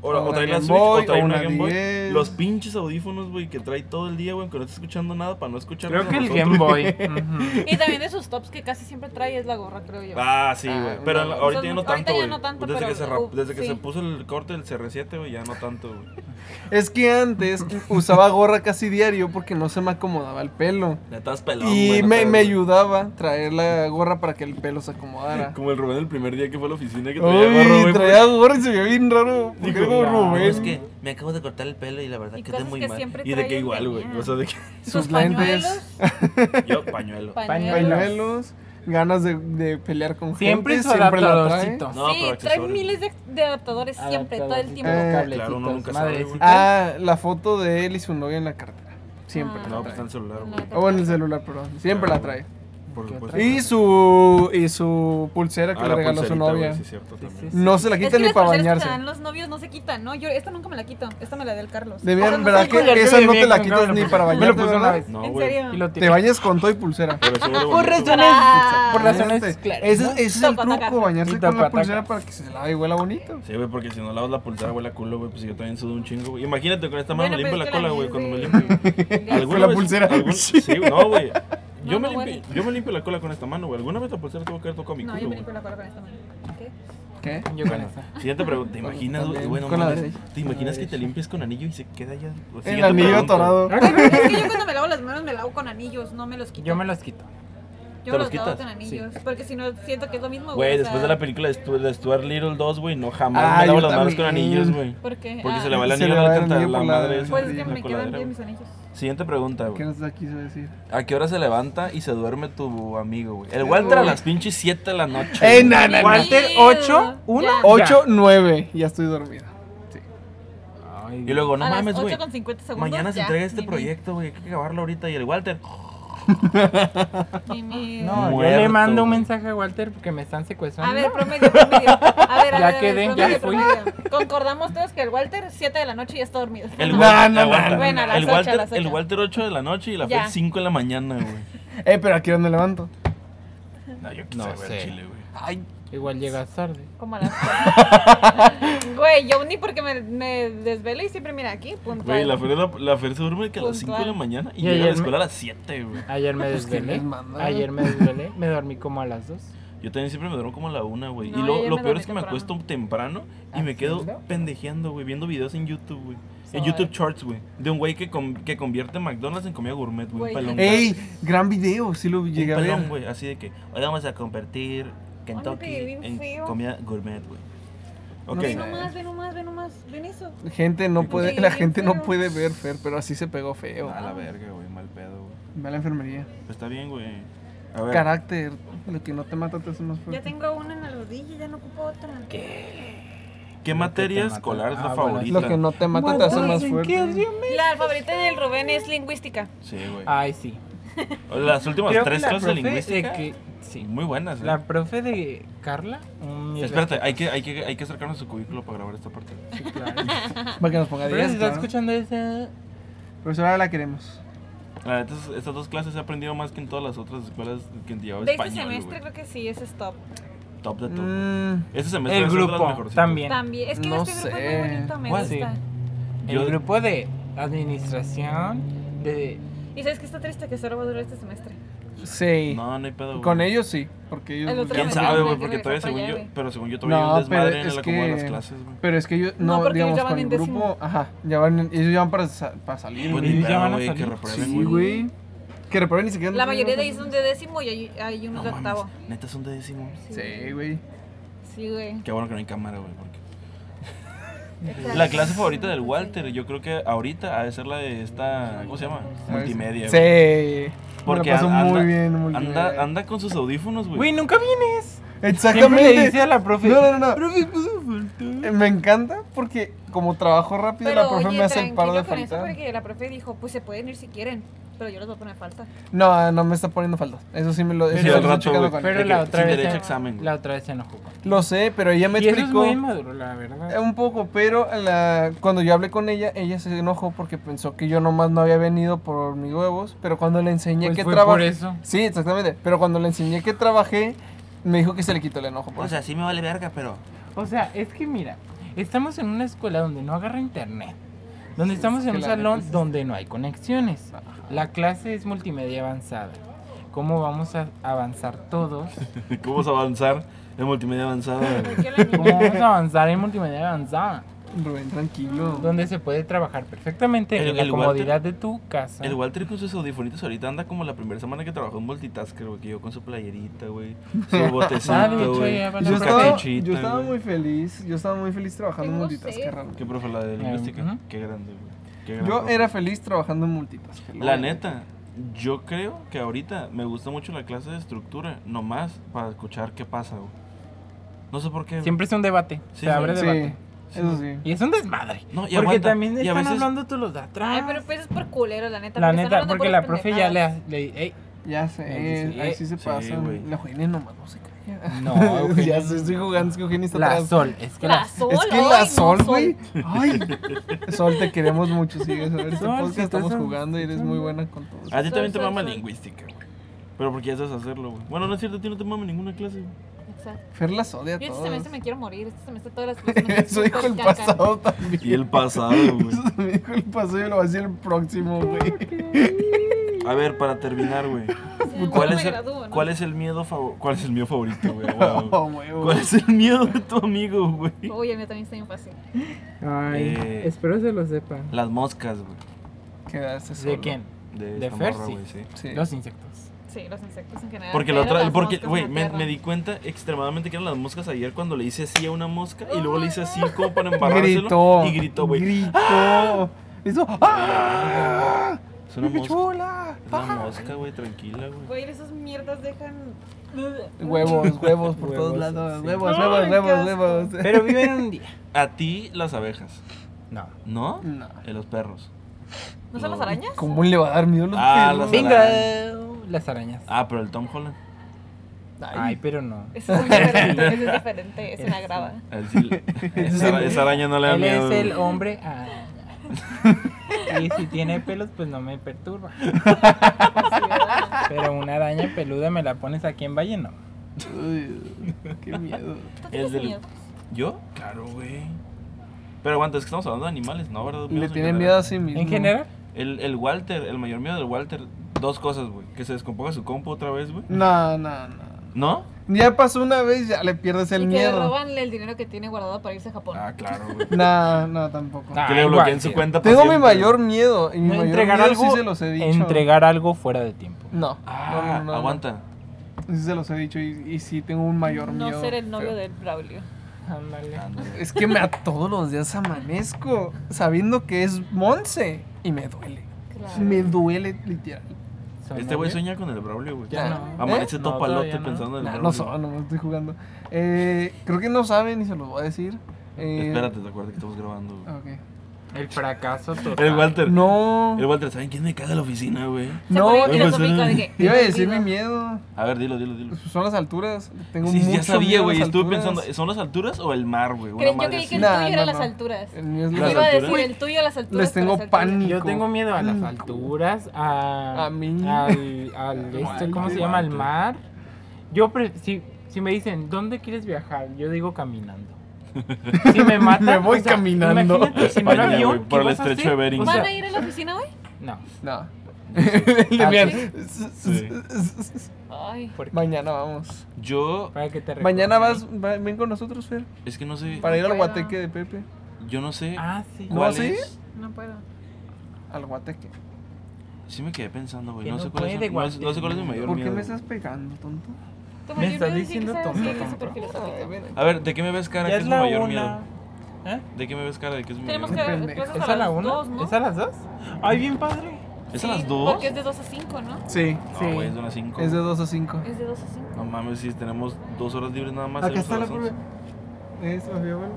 Speaker 3: O,
Speaker 2: O
Speaker 3: o
Speaker 2: una
Speaker 3: trae la
Speaker 2: Game
Speaker 3: Switch,
Speaker 2: Boy,
Speaker 3: o trae
Speaker 2: o
Speaker 3: una
Speaker 2: una
Speaker 3: Game Boy.
Speaker 2: 10.
Speaker 3: Los pinches audífonos, güey, que trae todo el día, güey, que no está escuchando nada para no escuchar.
Speaker 1: Creo
Speaker 3: como
Speaker 1: que el
Speaker 3: nosotros.
Speaker 1: Game Boy. Ujú.
Speaker 4: Y también de sus tops que casi siempre trae es la gorra, creo yo.
Speaker 3: Ah, sí,
Speaker 2: Ah,
Speaker 3: güey.
Speaker 2: una
Speaker 3: pero
Speaker 2: Game Boy.
Speaker 3: ahorita ya no
Speaker 4: Ahorita
Speaker 3: tanto,
Speaker 4: ya
Speaker 3: güey.
Speaker 4: no tanto,
Speaker 3: desde
Speaker 4: pero-
Speaker 3: que, se, ra-
Speaker 4: uh,
Speaker 3: desde que
Speaker 4: sí.
Speaker 3: se puso el corte del CR7, güey, ya no tanto, güey.
Speaker 2: Es que antes usaba gorra casi diario porque no se me acomodaba el pelo.
Speaker 3: Ya estás pelado,
Speaker 2: Y me, me ayudaba traer la gorra para que el pelo se acomodara.
Speaker 3: Como el Rubén el primer día que fue a la oficina que traía gorro,
Speaker 2: Uy,
Speaker 3: güey.
Speaker 2: traía gorra y se veía bien raro. Porque
Speaker 3: Dijo,
Speaker 2: era como
Speaker 1: "No,
Speaker 2: Rubén.
Speaker 1: es que
Speaker 3: me acabo de cortar el pelo y la verdad
Speaker 4: Y quedé cosas muy que mal". siempre
Speaker 3: Y de
Speaker 4: trae
Speaker 3: que
Speaker 4: el
Speaker 3: igual, güey.
Speaker 4: pañal.
Speaker 3: O sea, de que
Speaker 2: Sus
Speaker 4: sus
Speaker 2: lentes.
Speaker 4: pañuelos.
Speaker 3: yo pañuelo.
Speaker 4: Pañuelos.
Speaker 2: Pañuelos, ganas de, de pelear con
Speaker 1: Siempre
Speaker 2: gente,
Speaker 1: su
Speaker 2: siempre la trae.
Speaker 1: adaptadorcito.
Speaker 3: No,
Speaker 4: sí,
Speaker 3: pero
Speaker 4: trae
Speaker 3: accesorios.
Speaker 4: miles de, de adaptadores siempre, todo el tiempo.
Speaker 2: Eh,
Speaker 3: claro, uno nunca sabe, güey.
Speaker 1: Madrecita.
Speaker 2: Ah, la foto de él y su novia en la cartera. Siempre
Speaker 4: Ah.
Speaker 2: la
Speaker 3: No, pues está
Speaker 2: trae.
Speaker 3: en el celular,
Speaker 4: No,
Speaker 3: güey.
Speaker 4: está-
Speaker 2: O en el celular, perdón. Siempre la trae.
Speaker 5: por
Speaker 1: ¿Qué
Speaker 5: supuesto.
Speaker 1: otra?
Speaker 2: Y su, y su pulsera que
Speaker 5: Pues, Ah,
Speaker 2: le
Speaker 5: la
Speaker 2: regaló su
Speaker 5: pulserita,
Speaker 2: novia.
Speaker 5: güey, sí, cierto, también.
Speaker 1: sí.
Speaker 2: No se la
Speaker 4: Es que
Speaker 2: quita ni
Speaker 4: las
Speaker 2: para
Speaker 4: pulseras que te
Speaker 2: bañarse.
Speaker 4: dan los novios no se quitan, ¿no? Yo esta nunca me la quito. Esta me la dio el Carlos.
Speaker 2: De
Speaker 4: Esa
Speaker 2: verdad,
Speaker 4: no
Speaker 2: ¿verdad
Speaker 4: se
Speaker 2: que
Speaker 4: quita.
Speaker 1: Yo
Speaker 2: esa
Speaker 1: llegué
Speaker 2: no te la
Speaker 1: con
Speaker 2: quitas
Speaker 1: Gabriel
Speaker 2: ni
Speaker 1: porque-
Speaker 2: para
Speaker 1: Me lo
Speaker 2: bañarte,
Speaker 1: puse una
Speaker 2: ¿verdad?
Speaker 1: vez.
Speaker 5: No,
Speaker 4: ¿En
Speaker 5: güey.
Speaker 4: serio?
Speaker 1: Y lo tiré.
Speaker 2: Te bañas con todo y pulsera.
Speaker 5: Por eso huele
Speaker 1: Por
Speaker 5: bonito.
Speaker 1: razones.
Speaker 4: Ah.
Speaker 1: Por razones
Speaker 2: Este,
Speaker 1: claras.
Speaker 2: Ese,
Speaker 1: ¿no?
Speaker 2: ese es el
Speaker 4: Tapataca.
Speaker 2: truco, bañarse
Speaker 1: Y
Speaker 2: con la
Speaker 1: tapataca.
Speaker 2: pulsera para que se lave y huela bonito.
Speaker 3: Sí, güey, porque si no lavas la pulsera huele a culo, güey. Pues yo también sudo un chingo, güey. Imagínate con esta mano
Speaker 4: Bueno,
Speaker 3: me limpio
Speaker 4: pero es
Speaker 3: la
Speaker 4: que
Speaker 3: cola, güey,
Speaker 4: mía
Speaker 3: cuando me
Speaker 4: es
Speaker 3: limpio.
Speaker 4: de- de-
Speaker 3: ¿Alguna
Speaker 2: la
Speaker 3: vez-
Speaker 2: pulsera.
Speaker 3: algún- sí, no, güey. Yo,
Speaker 4: No,
Speaker 3: me
Speaker 4: no
Speaker 3: limpio, yo me limpio la cola con esta mano, güey. ¿Alguna vez la pulsera tuvo que haber tocado mi
Speaker 4: No, yo
Speaker 3: culo, güey?
Speaker 4: me limpio la cola con esta mano. ¿Qué?
Speaker 2: ¿Qué?
Speaker 1: Yo con esa.
Speaker 3: Siguiente pregunta. ¿Te imaginas, güey?
Speaker 2: También.
Speaker 3: Bueno,
Speaker 2: Con la
Speaker 3: mames,
Speaker 2: derecha.
Speaker 3: ¿Te imaginas que te limpies con anillo y se queda ya?
Speaker 2: El anillo torado.
Speaker 4: Bueno, es que yo cuando me lavo las manos me lavo con anillos, no me los quito.
Speaker 1: Yo me los quito.
Speaker 4: Yo
Speaker 3: ¿Te
Speaker 4: los
Speaker 3: los
Speaker 4: lavo
Speaker 3: quitas?
Speaker 4: con anillos. Porque si no, siento que es lo mismo.
Speaker 3: Güey,
Speaker 4: o sea,
Speaker 3: después de la película de Stuart, de Stuart Little 2, güey, no jamás
Speaker 2: Ah,
Speaker 3: me lavo
Speaker 2: yo
Speaker 3: las manos con
Speaker 2: también.
Speaker 3: anillos, güey.
Speaker 4: ¿Por qué?
Speaker 3: Porque
Speaker 4: Ah,
Speaker 3: se le va el
Speaker 2: Se
Speaker 3: anillo
Speaker 2: le
Speaker 3: al
Speaker 2: va el
Speaker 3: alcantar
Speaker 2: anillo
Speaker 3: la
Speaker 2: por la-
Speaker 3: madre. esa,
Speaker 4: Pues es que
Speaker 3: la
Speaker 4: me quedan
Speaker 3: coladera,
Speaker 4: bien mis
Speaker 3: güey.
Speaker 4: anillos.
Speaker 3: Siguiente pregunta,
Speaker 2: ¿Qué
Speaker 3: güey.
Speaker 2: nos da quiso decir?
Speaker 3: ¿A qué hora se levanta y se duerme tu amigo, güey? El Walter a las pinches 7 de la noche.
Speaker 2: ¡Eh,
Speaker 3: güey.
Speaker 2: na, na, na!
Speaker 1: Walter,
Speaker 4: Ew,
Speaker 1: 8,
Speaker 4: ya.
Speaker 1: 1.
Speaker 4: Ya.
Speaker 2: 8, 9. Ya estoy dormida.
Speaker 3: Y luego, no
Speaker 4: a
Speaker 3: mames,
Speaker 4: las
Speaker 3: güey.
Speaker 4: 8 con 50 segundos.
Speaker 3: Mañana se
Speaker 4: ya,
Speaker 3: entrega este
Speaker 4: ni-
Speaker 3: proyecto, güey. Hay que acabarlo ahorita. Y el Walter.
Speaker 4: ni- ni-
Speaker 1: No, yo
Speaker 3: Muerto,
Speaker 1: le mando un
Speaker 3: güey.
Speaker 1: mensaje a Walter porque me están secuestrando.
Speaker 4: A ver, promedio, promedio. A ver, a
Speaker 1: Ya
Speaker 4: ver, a ver,
Speaker 1: quedé, ya
Speaker 4: promedio,
Speaker 1: fui.
Speaker 4: promedio. Concordamos todos que el Walter, 7 de la noche, ya está dormido.
Speaker 3: El,
Speaker 2: No, no,
Speaker 3: Walter-
Speaker 2: no,
Speaker 3: aguanta.
Speaker 2: no, no.
Speaker 4: Bueno, a las
Speaker 3: el
Speaker 4: ocho, a
Speaker 3: Walter,
Speaker 4: las ocho.
Speaker 3: el Walter 8 de la noche y la
Speaker 4: Ya.
Speaker 3: Fed 5 de la mañana, güey.
Speaker 2: Eh, pero aquí dónde levanto.
Speaker 3: No, yo
Speaker 1: No
Speaker 3: quisiera ver
Speaker 1: sé.
Speaker 3: Chile, güey.
Speaker 1: Igual llegas tarde.
Speaker 4: Como a las Güey, yo ni porque me, me desvelo y siempre mira aquí, puntual.
Speaker 3: Güey, la Fer, era- la Fer se duerme que a las 5 de la
Speaker 4: Puntual.
Speaker 3: mañana y
Speaker 1: Y
Speaker 3: llega a la
Speaker 1: ayer
Speaker 3: escuela
Speaker 1: me-
Speaker 3: a las 7, güey.
Speaker 1: Ayer me
Speaker 2: Pues, ¿qué
Speaker 1: desvelé.
Speaker 2: les manda?
Speaker 1: Ayer me desvelé. Me dormí como a las 2.
Speaker 3: Yo también siempre me duermo como a la 1, güey.
Speaker 4: No,
Speaker 3: y
Speaker 4: yo
Speaker 3: lo,
Speaker 4: ya
Speaker 3: lo
Speaker 4: me
Speaker 3: peor
Speaker 4: dormí
Speaker 3: es que me
Speaker 4: temprano.
Speaker 3: acuesto temprano y me quedo
Speaker 1: ¿Haciendo?
Speaker 3: pendejeando, güey, viendo videos en YouTube, güey. En
Speaker 4: Soy.
Speaker 3: YouTube Shorts, güey. De un güey que, com- que convierte McDonald's en comida gourmet, güey.
Speaker 4: Güey,
Speaker 3: Un pelón.
Speaker 4: qué-
Speaker 2: ¡Ey! Gran video, sí lo
Speaker 3: Un
Speaker 2: llegué a
Speaker 3: pelón,
Speaker 2: ver.
Speaker 3: güey. Así de que, hoy vamos a convertir Kentucky
Speaker 4: Ay, bien
Speaker 3: en
Speaker 4: feo.
Speaker 3: comida gourmet, güey. Ok.
Speaker 4: Ve
Speaker 2: No sé.
Speaker 4: nomás, ve nomás, ve nomás. Ven eso.
Speaker 2: Gente no
Speaker 3: Sí, pues.
Speaker 2: puede,
Speaker 4: sí,
Speaker 2: la
Speaker 4: sí,
Speaker 2: gente no
Speaker 4: pero-
Speaker 2: puede ver Fer, pero así se pegó feo.
Speaker 3: A la verga, güey. Mal pedo, güey.
Speaker 2: Ve a la enfermería.
Speaker 3: Pues Está bien, güey. A ver.
Speaker 2: Carácter, lo que no te mata te hace más fuerte.
Speaker 4: Ya tengo una en la rodilla, ya no ocupo otra.
Speaker 3: ¿Qué
Speaker 1: Lo que te
Speaker 3: materia
Speaker 1: mata.
Speaker 3: escolar es la
Speaker 1: Ah, bueno,
Speaker 3: favorita?
Speaker 2: Lo que no te mata te hace más fuerte.
Speaker 4: La favorita del Rubén es lingüística.
Speaker 3: Sí, güey.
Speaker 2: Ah.
Speaker 1: Ay, sí.
Speaker 3: Las últimas
Speaker 1: Creo que
Speaker 3: tres
Speaker 1: la
Speaker 3: clases de
Speaker 1: profe eh,
Speaker 3: lingüística.
Speaker 1: que- sí.
Speaker 3: Muy buenas, ¿eh? güey.
Speaker 1: La profe de Carla. mm, mis
Speaker 3: Espérate, hay
Speaker 1: respetos.
Speaker 3: que, hay, que, hay que acercarnos a su cubículo para grabar esta parte.
Speaker 1: Sí, claro.
Speaker 2: Para que nos ponga
Speaker 1: Pero si
Speaker 2: 10.
Speaker 1: está
Speaker 2: Claro.
Speaker 1: escuchando ese.
Speaker 2: Profesora, la queremos.
Speaker 3: La neta, es- estas dos clases he aprendido más que en todas las otras escuelas que llevaba
Speaker 4: De
Speaker 3: español,
Speaker 4: este semestre
Speaker 3: güey.
Speaker 4: creo que sí, es stop.
Speaker 3: Top de top.
Speaker 2: Mm,
Speaker 3: Este semestre
Speaker 1: El
Speaker 3: va a ser de las
Speaker 1: grupo
Speaker 3: mejorcitas.
Speaker 1: también.
Speaker 4: También. Es que
Speaker 2: No
Speaker 4: este grupo es
Speaker 2: sé.
Speaker 4: muy bonito, me
Speaker 1: ¿Cuál?
Speaker 4: gusta.
Speaker 1: Sí.
Speaker 3: Yo-
Speaker 1: El grupo de administración. De.
Speaker 4: Y sabes que está triste que solo va a durar este semestre.
Speaker 2: sí.
Speaker 3: No, no hay pedo, güey.
Speaker 2: Con ellos sí, porque ellos.
Speaker 4: El otro
Speaker 3: ¿Quién
Speaker 4: Pero
Speaker 3: sabe, güey?
Speaker 4: yo creo
Speaker 3: Porque
Speaker 4: que
Speaker 3: todavía
Speaker 4: fue
Speaker 3: según yo...
Speaker 4: allá, güey.
Speaker 3: Pero según yo todavía hay
Speaker 2: No,
Speaker 3: un desmadre
Speaker 2: pero
Speaker 3: en el
Speaker 2: es
Speaker 3: acomodo de las
Speaker 2: que-
Speaker 3: clases, güey.
Speaker 2: Pero es que ellos,
Speaker 4: No,
Speaker 2: no,
Speaker 4: porque ellos
Speaker 2: digamos,
Speaker 4: ya van
Speaker 2: con
Speaker 4: en
Speaker 2: el
Speaker 4: décimo.
Speaker 2: grupo, ajá, ya van, en- ellos ya van para, sa- para salir.
Speaker 3: Pues
Speaker 1: ellos
Speaker 3: ni
Speaker 1: ya
Speaker 3: pedo,
Speaker 1: van a
Speaker 3: güey, que
Speaker 1: salir.
Speaker 3: reprueben,
Speaker 2: sí,
Speaker 3: güey.
Speaker 2: güey. Que reprueben y se quedan.
Speaker 4: La mayoría de ellos son de décimo y hay, hay unos
Speaker 3: No
Speaker 4: de octavo.
Speaker 3: mames, neta son de décimo.
Speaker 2: Sí, güey.
Speaker 4: Sí, güey.
Speaker 3: Qué bueno que no hay cámara, güey, porque... La clase favorita del Walter, yo creo que ahorita ha de ser la de esta... ¿Cómo se llama? Multimedia, güey.
Speaker 2: Sí. Porque
Speaker 3: Porque
Speaker 2: paso
Speaker 3: anda-
Speaker 2: muy bien, en multimedia.
Speaker 3: Anda, anda con sus audífonos,
Speaker 1: Güey, nunca vienes. Siempre
Speaker 2: Exactamente.
Speaker 1: le dice a la profe.
Speaker 2: No, no, no.
Speaker 1: Profe, puso faltar.
Speaker 2: Eh, Me encanta porque como trabajo rápido, la profe me hace el paro de
Speaker 4: con eso
Speaker 2: faltar.
Speaker 4: porque la profe dijo, pues se pueden ir si quieren, pero yo les voy a poner falta.
Speaker 2: No, no me está poniendo faltas. Eso sí me lo, eso
Speaker 1: Pero-
Speaker 2: sí lo estoy
Speaker 3: rato,
Speaker 2: checando
Speaker 3: güey.
Speaker 2: con
Speaker 1: Pero
Speaker 3: De que
Speaker 1: la otra
Speaker 3: sin
Speaker 1: vez.
Speaker 3: derecho
Speaker 1: se-
Speaker 3: examen, güey.
Speaker 1: La otra vez se enojó.
Speaker 2: Lo sé, pero ella me
Speaker 1: y eso es
Speaker 2: explicó
Speaker 1: muy inmaduro, la verdad.
Speaker 2: eh, un poco, pero la- cuando yo hablé con ella, ella se enojó porque pensó que yo nomás no había venido por mis huevos, pero cuando le enseñé
Speaker 1: Pues
Speaker 2: que
Speaker 1: fue
Speaker 2: trabajé...
Speaker 1: por eso.
Speaker 2: Sí, exactamente, pero cuando le enseñé que trabajé, me dijo que se le quitó el enojo. por
Speaker 3: O sea, sí me vale verga, pero...
Speaker 1: O sea, es que mira, estamos en una escuela donde no agarra internet, donde estamos
Speaker 2: que
Speaker 1: en un
Speaker 2: la neta
Speaker 1: salón
Speaker 2: es-
Speaker 1: donde no hay conexiones. La clase es multimedia avanzada. ¿Cómo vamos a avanzar todos?
Speaker 3: ¿Cómo vas a avanzar en multimedia avanzada, güey?
Speaker 4: Yo la niña-
Speaker 1: ¿Cómo vamos a avanzar en multimedia avanzada?
Speaker 2: eso. Rubén, tranquilo.
Speaker 1: Donde se puede trabajar perfectamente
Speaker 3: El-
Speaker 1: en la
Speaker 3: el
Speaker 1: comodidad de tu casa.
Speaker 3: El Walter con sus audifonitos ahorita anda como la primera semana que trabajó en multitasker, güey, que yo con su playerita, güey, su
Speaker 1: Ah, de
Speaker 3: botecito,
Speaker 1: hecho,
Speaker 3: güey,
Speaker 1: ya va la
Speaker 2: Yo
Speaker 3: su
Speaker 1: Una
Speaker 2: estaba,
Speaker 3: cachuchita,
Speaker 2: yo estaba
Speaker 3: güey.
Speaker 2: muy feliz, yo estaba muy feliz trabajando en
Speaker 4: Tengo
Speaker 2: multitasker.
Speaker 4: sed.
Speaker 2: realmente.
Speaker 3: ¿Qué profe la de lingüística?
Speaker 1: ujú.
Speaker 3: Qué grande, güey. Qué gran
Speaker 2: Eh, Yo
Speaker 3: profe.
Speaker 2: era feliz trabajando en multitasker.
Speaker 3: La neta, yo creo que ahorita me gusta mucho la clase de estructura, nomás para escuchar qué pasa, güey. No sé por qué. güey.
Speaker 1: Siempre es un debate,
Speaker 3: Sí,
Speaker 1: se abre
Speaker 2: Sí,
Speaker 1: debate.
Speaker 2: eso sí.
Speaker 1: Y es un desmadre.
Speaker 3: No, y
Speaker 1: porque
Speaker 3: aguanta,
Speaker 1: también
Speaker 3: y a
Speaker 1: están
Speaker 3: veces-
Speaker 1: hablando tú los de atrás.
Speaker 4: Ay, pero pues es por culero, la neta.
Speaker 1: la
Speaker 4: porque están
Speaker 1: neta,
Speaker 4: hablando
Speaker 1: porque
Speaker 4: puras
Speaker 1: la profe ya le,
Speaker 4: pendejadas.
Speaker 1: ha- le, ey,
Speaker 2: Ya sé,
Speaker 1: Ahí sí,
Speaker 2: ahí sí se
Speaker 3: sí, güey.
Speaker 2: pasan. La Eugenia nomás no se calla.
Speaker 1: No,
Speaker 2: ya
Speaker 1: Eugenia-
Speaker 2: sé, estoy jugando, es que Eugenia está
Speaker 1: La
Speaker 2: atrás.
Speaker 1: sol, es que
Speaker 4: La
Speaker 1: la
Speaker 4: sol.
Speaker 2: Es que
Speaker 4: ay,
Speaker 2: la
Speaker 4: no,
Speaker 2: Sol, güey. Ay, Sol, te queremos mucho. Sigues a ver este
Speaker 1: Sol, si
Speaker 2: podcast.
Speaker 1: te
Speaker 2: estamos
Speaker 1: son-
Speaker 2: jugando y
Speaker 1: si
Speaker 2: eres
Speaker 1: son-
Speaker 2: muy buena con todo.
Speaker 3: A ti también te
Speaker 4: Sol,
Speaker 3: mama
Speaker 4: sol.
Speaker 3: lingüística, güey. Pero porque ya sabes hacerlo, güey. Bueno, no es cierto, a ti no te mama ninguna clase, güey.
Speaker 4: Exacto.
Speaker 2: Fer las odia a
Speaker 4: Yo este
Speaker 2: todos.
Speaker 4: semestre me quiero morir. Este semestre todas las cosas.
Speaker 2: Eso dijo el pasado también.
Speaker 3: Y el pasado, güey.
Speaker 2: Eso me dijo el pasado y lo va a decir el próximo, güey.
Speaker 3: A ver, para terminar, güey. ¿Cuál es, el, ¿Cuál es el miedo favor- ¿Cuál es el miedo favorito, güey? Wow.
Speaker 2: Oh, güey, güey.
Speaker 3: ¿Cuál es el miedo de tu amigo, güey?
Speaker 4: Uy, el mío también está bien fácil.
Speaker 1: Ay,
Speaker 3: Eh.
Speaker 1: espero se lo sepan.
Speaker 3: Las moscas, güey.
Speaker 2: Quedaste solo.
Speaker 1: ¿De quién?
Speaker 3: De,
Speaker 1: De
Speaker 3: esta
Speaker 1: Fer,
Speaker 3: morra,
Speaker 1: sí.
Speaker 3: güey, sí.
Speaker 2: Sí.
Speaker 1: Los insectos.
Speaker 4: Sí, los insectos en general.
Speaker 3: Porque la
Speaker 4: pero
Speaker 3: otra,
Speaker 4: las
Speaker 3: porque,
Speaker 4: moscas
Speaker 3: güey,
Speaker 4: me
Speaker 3: me, me
Speaker 4: aterran.
Speaker 3: di cuenta extremadamente que eran las moscas ayer cuando le hice así a una mosca y luego le hice así como para embarrárselo
Speaker 2: Gritó.
Speaker 3: y gritó, güey.
Speaker 2: Gritó. Hizo. ¡Ah!
Speaker 3: Es una
Speaker 2: ¡Mi
Speaker 3: mosca,
Speaker 2: pichula!
Speaker 3: es una
Speaker 2: ¡Ah!
Speaker 3: mosca, güey, tranquila, güey.
Speaker 4: Güey, esas mierdas dejan.
Speaker 2: Huevos, huevos por todos
Speaker 1: Huevos,
Speaker 2: lados.
Speaker 1: sí.
Speaker 2: Huevos,
Speaker 4: Ay,
Speaker 2: huevos,
Speaker 4: qué
Speaker 2: huevos,
Speaker 4: asco.
Speaker 2: huevos.
Speaker 1: Pero viven un día.
Speaker 3: A ti las abejas,
Speaker 1: No.
Speaker 3: ¿no?
Speaker 1: Mm.
Speaker 2: No.
Speaker 3: De los perros.
Speaker 4: ¿No son las
Speaker 3: No.
Speaker 4: arañas?
Speaker 2: ¿Cómo le va a dar miedo a los
Speaker 3: Ah,
Speaker 2: perros?
Speaker 3: las arañas.
Speaker 1: Bingo. Las arañas.
Speaker 3: Ah, pero el Tom Holland.
Speaker 1: Ay, pero no.
Speaker 4: Eso es diferente, eso es diferente, es una grava.
Speaker 3: A él sí- esa, ara- esa araña no le da
Speaker 1: Él
Speaker 3: miedo.
Speaker 1: es el
Speaker 3: güey.
Speaker 1: hombre araña. Y si tiene pelos, pues no me perturba. Pero una araña peluda me la pones aquí en Valle, no.
Speaker 2: Uy, qué miedo.
Speaker 4: ¿Tú
Speaker 3: Es
Speaker 4: tienes
Speaker 3: del-
Speaker 4: miedo?
Speaker 3: ¿Yo? Claro, güey. Pero aguanta, es que estamos hablando de animales, ¿no? ¿Verdad?
Speaker 2: Le
Speaker 3: Miedos en
Speaker 2: tiene
Speaker 3: general.
Speaker 2: miedo a sí mismo.
Speaker 1: En general,
Speaker 3: El, el Walter, el mayor miedo del Walter, dos cosas, güey. Que se descomponga su compu otra vez, güey.
Speaker 2: No, no, no.
Speaker 3: ¿No?
Speaker 2: Ya pasó una vez, ya le pierdes el
Speaker 4: y que le
Speaker 2: miedo.
Speaker 4: roban el dinero que tiene guardado para irse a Japón.
Speaker 3: Ah, claro, güey.
Speaker 2: No, no, tampoco.
Speaker 1: Ah,
Speaker 3: que le
Speaker 1: igual,
Speaker 3: bloqueen su
Speaker 1: sí.
Speaker 3: cuenta
Speaker 2: Tengo mi
Speaker 3: siempre.
Speaker 2: mayor miedo. Y mi mayor
Speaker 1: entregar
Speaker 2: miedo sí
Speaker 1: algo,
Speaker 2: se los he dicho.
Speaker 1: entregar algo fuera de tiempo.
Speaker 2: No,
Speaker 3: Ah,
Speaker 2: no, no, no,
Speaker 3: aguanta.
Speaker 2: no. Sí se los he dicho y, y sí tengo un mayor
Speaker 4: no
Speaker 2: miedo.
Speaker 4: ser el novio
Speaker 2: feo.
Speaker 4: del Braulio.
Speaker 1: Ándale.
Speaker 3: Ah, no.
Speaker 2: Es que me a todos los días amanezco sabiendo que es Monse y me duele.
Speaker 4: Claro.
Speaker 2: Me duele literal.
Speaker 1: ¿Son
Speaker 3: Este güey
Speaker 1: novios?
Speaker 3: sueña con el Braulio, güey.
Speaker 1: Ya no.
Speaker 3: Amanece
Speaker 1: ¿Eh?
Speaker 3: todo
Speaker 1: No,
Speaker 3: palote
Speaker 1: todavía no.
Speaker 3: pensando en el
Speaker 2: Nah,
Speaker 3: Braulio.
Speaker 2: no son, no estoy jugando. Eh, creo que no saben y se los voy a decir. Eh,
Speaker 3: Espérate, te acuerdas que estamos grabando, güey.
Speaker 2: ok.
Speaker 1: El fracaso total.
Speaker 3: El Walter.
Speaker 2: No.
Speaker 3: El Walter, ¿saben quién me caga en la oficina, güey?
Speaker 4: Se
Speaker 2: No,
Speaker 4: pone
Speaker 3: no,
Speaker 4: filosófico de que-
Speaker 2: Te Pues iba a decir mi miedo.
Speaker 3: A ver, dilo, dilo, dilo.
Speaker 2: Pues Son las alturas. Tengo
Speaker 3: Sí,
Speaker 2: mucho
Speaker 3: ya sabía,
Speaker 2: miedo a
Speaker 3: güey.
Speaker 2: las
Speaker 3: Estuve
Speaker 2: alturas.
Speaker 3: pensando, ¿son las alturas o el mar, güey? Una
Speaker 4: Creo- Yo
Speaker 3: madre
Speaker 4: creí
Speaker 3: así.
Speaker 4: que el
Speaker 2: Nah,
Speaker 4: tuyo
Speaker 2: no,
Speaker 4: era las
Speaker 2: no.
Speaker 4: alturas.
Speaker 2: El mío es
Speaker 3: Las
Speaker 4: Yo
Speaker 2: las
Speaker 4: iba a
Speaker 3: alturas.
Speaker 4: decir el tuyo a las alturas.
Speaker 2: les
Speaker 4: pero
Speaker 2: tengo
Speaker 4: las alturas-
Speaker 2: pánico.
Speaker 1: Yo tengo miedo a las
Speaker 2: Nico.
Speaker 1: alturas, a.
Speaker 2: A mí.
Speaker 1: Al. al este, ¿Cómo se llama? Al mar. Yo, pre- si, si me dicen, ¿dónde quieres viajar? Yo digo caminando. Si me matan.
Speaker 2: Me voy caminando.
Speaker 1: Imagínate, si me
Speaker 3: España,
Speaker 1: avión,
Speaker 3: güey,
Speaker 1: ¿qué
Speaker 3: por el
Speaker 1: vas a
Speaker 3: estrecho de
Speaker 1: hacer?
Speaker 3: Bering.
Speaker 1: O
Speaker 4: ¿Van
Speaker 1: sea,
Speaker 4: a ir a la oficina hoy?
Speaker 1: no.
Speaker 2: No. Le
Speaker 1: Ah,
Speaker 2: miran.
Speaker 3: Sí.
Speaker 4: Ay.
Speaker 1: ¿por qué?
Speaker 2: Mañana vamos.
Speaker 3: Yo,
Speaker 1: Para que te
Speaker 2: Mañana vas,
Speaker 1: recuerden.
Speaker 2: va- ven con nosotros, Fer.
Speaker 3: es que no sé,
Speaker 2: Para ir al
Speaker 4: Bueno.
Speaker 2: guateque de Pepe.
Speaker 3: yo no sé
Speaker 1: Ah, sí.
Speaker 2: ¿No
Speaker 3: cuál
Speaker 2: vas a ir?
Speaker 3: es.
Speaker 4: No puedo.
Speaker 2: Al guateque.
Speaker 3: Sí me quedé pensando, güey.
Speaker 1: Que
Speaker 3: No,
Speaker 1: no
Speaker 3: sé cuál es,
Speaker 1: puede,
Speaker 3: no, sé- no sé cuál es mi
Speaker 1: Walter.
Speaker 3: mayor
Speaker 2: ¿Por
Speaker 3: miedo.
Speaker 2: qué me
Speaker 3: güey.
Speaker 2: estás pegando, tonto?
Speaker 4: Toma,
Speaker 1: Me
Speaker 4: yo
Speaker 1: está
Speaker 4: iba a decir
Speaker 1: diciendo
Speaker 4: que sabes
Speaker 1: tonto,
Speaker 4: que es
Speaker 1: tonto.
Speaker 4: súper filosófico.
Speaker 2: Ay, ven.
Speaker 3: A ver, ¿de qué me ves cara?
Speaker 1: Ya
Speaker 3: ¿Qué es
Speaker 1: es
Speaker 3: mi
Speaker 1: la
Speaker 3: mayor
Speaker 1: una.
Speaker 3: miedo?
Speaker 1: ¿Eh?
Speaker 3: ¿De qué me ves cara? ¿De qué es mi mayor
Speaker 4: Tenemos
Speaker 3: miedo?
Speaker 4: que
Speaker 2: Qué
Speaker 4: ver
Speaker 2: pendejo.
Speaker 4: clases
Speaker 1: ¿Es
Speaker 4: a
Speaker 1: a la
Speaker 4: las
Speaker 1: una?
Speaker 4: dos, ¿no?
Speaker 1: ¿Es a las dos? Ay, bien padre.
Speaker 3: ¿Es
Speaker 4: Sí,
Speaker 3: a las 2?
Speaker 4: Porque es de 2 a 5, ¿no?
Speaker 2: Sí.
Speaker 3: No, güey, es de las 5.
Speaker 2: Es de 2 a 5.
Speaker 4: Es de 2 a 5.
Speaker 3: No mames, si tenemos dos horas libres nada más.
Speaker 2: Acá
Speaker 3: salimos
Speaker 2: está
Speaker 3: a
Speaker 2: la
Speaker 3: las
Speaker 2: profe.
Speaker 3: 11.
Speaker 2: Eso, bueno.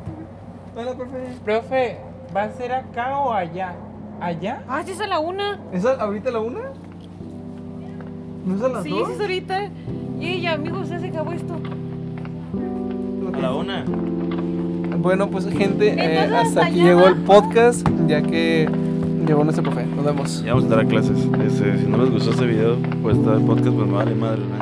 Speaker 2: Hola, profe.
Speaker 1: Profe, ¿va a ser acá o allá? ¿Allá?
Speaker 4: Ah, sí es a la 1.
Speaker 2: ¿Es a- ahorita la 1? ¿No es a las
Speaker 4: Sí,
Speaker 2: 2?
Speaker 4: sí es ahorita. Y ella, amigos, ya se acabó esto.
Speaker 3: A la una.
Speaker 2: Bueno, pues gente, eh,
Speaker 4: Entonces,
Speaker 2: hasta aquí
Speaker 4: mañana-
Speaker 2: llegó el podcast, ya que llegó nuestro profe. Nos vemos.
Speaker 3: Ya vamos a estar a clases. Este, si no les gustó este video, pues está el podcast, pues me vale madre, ¿no?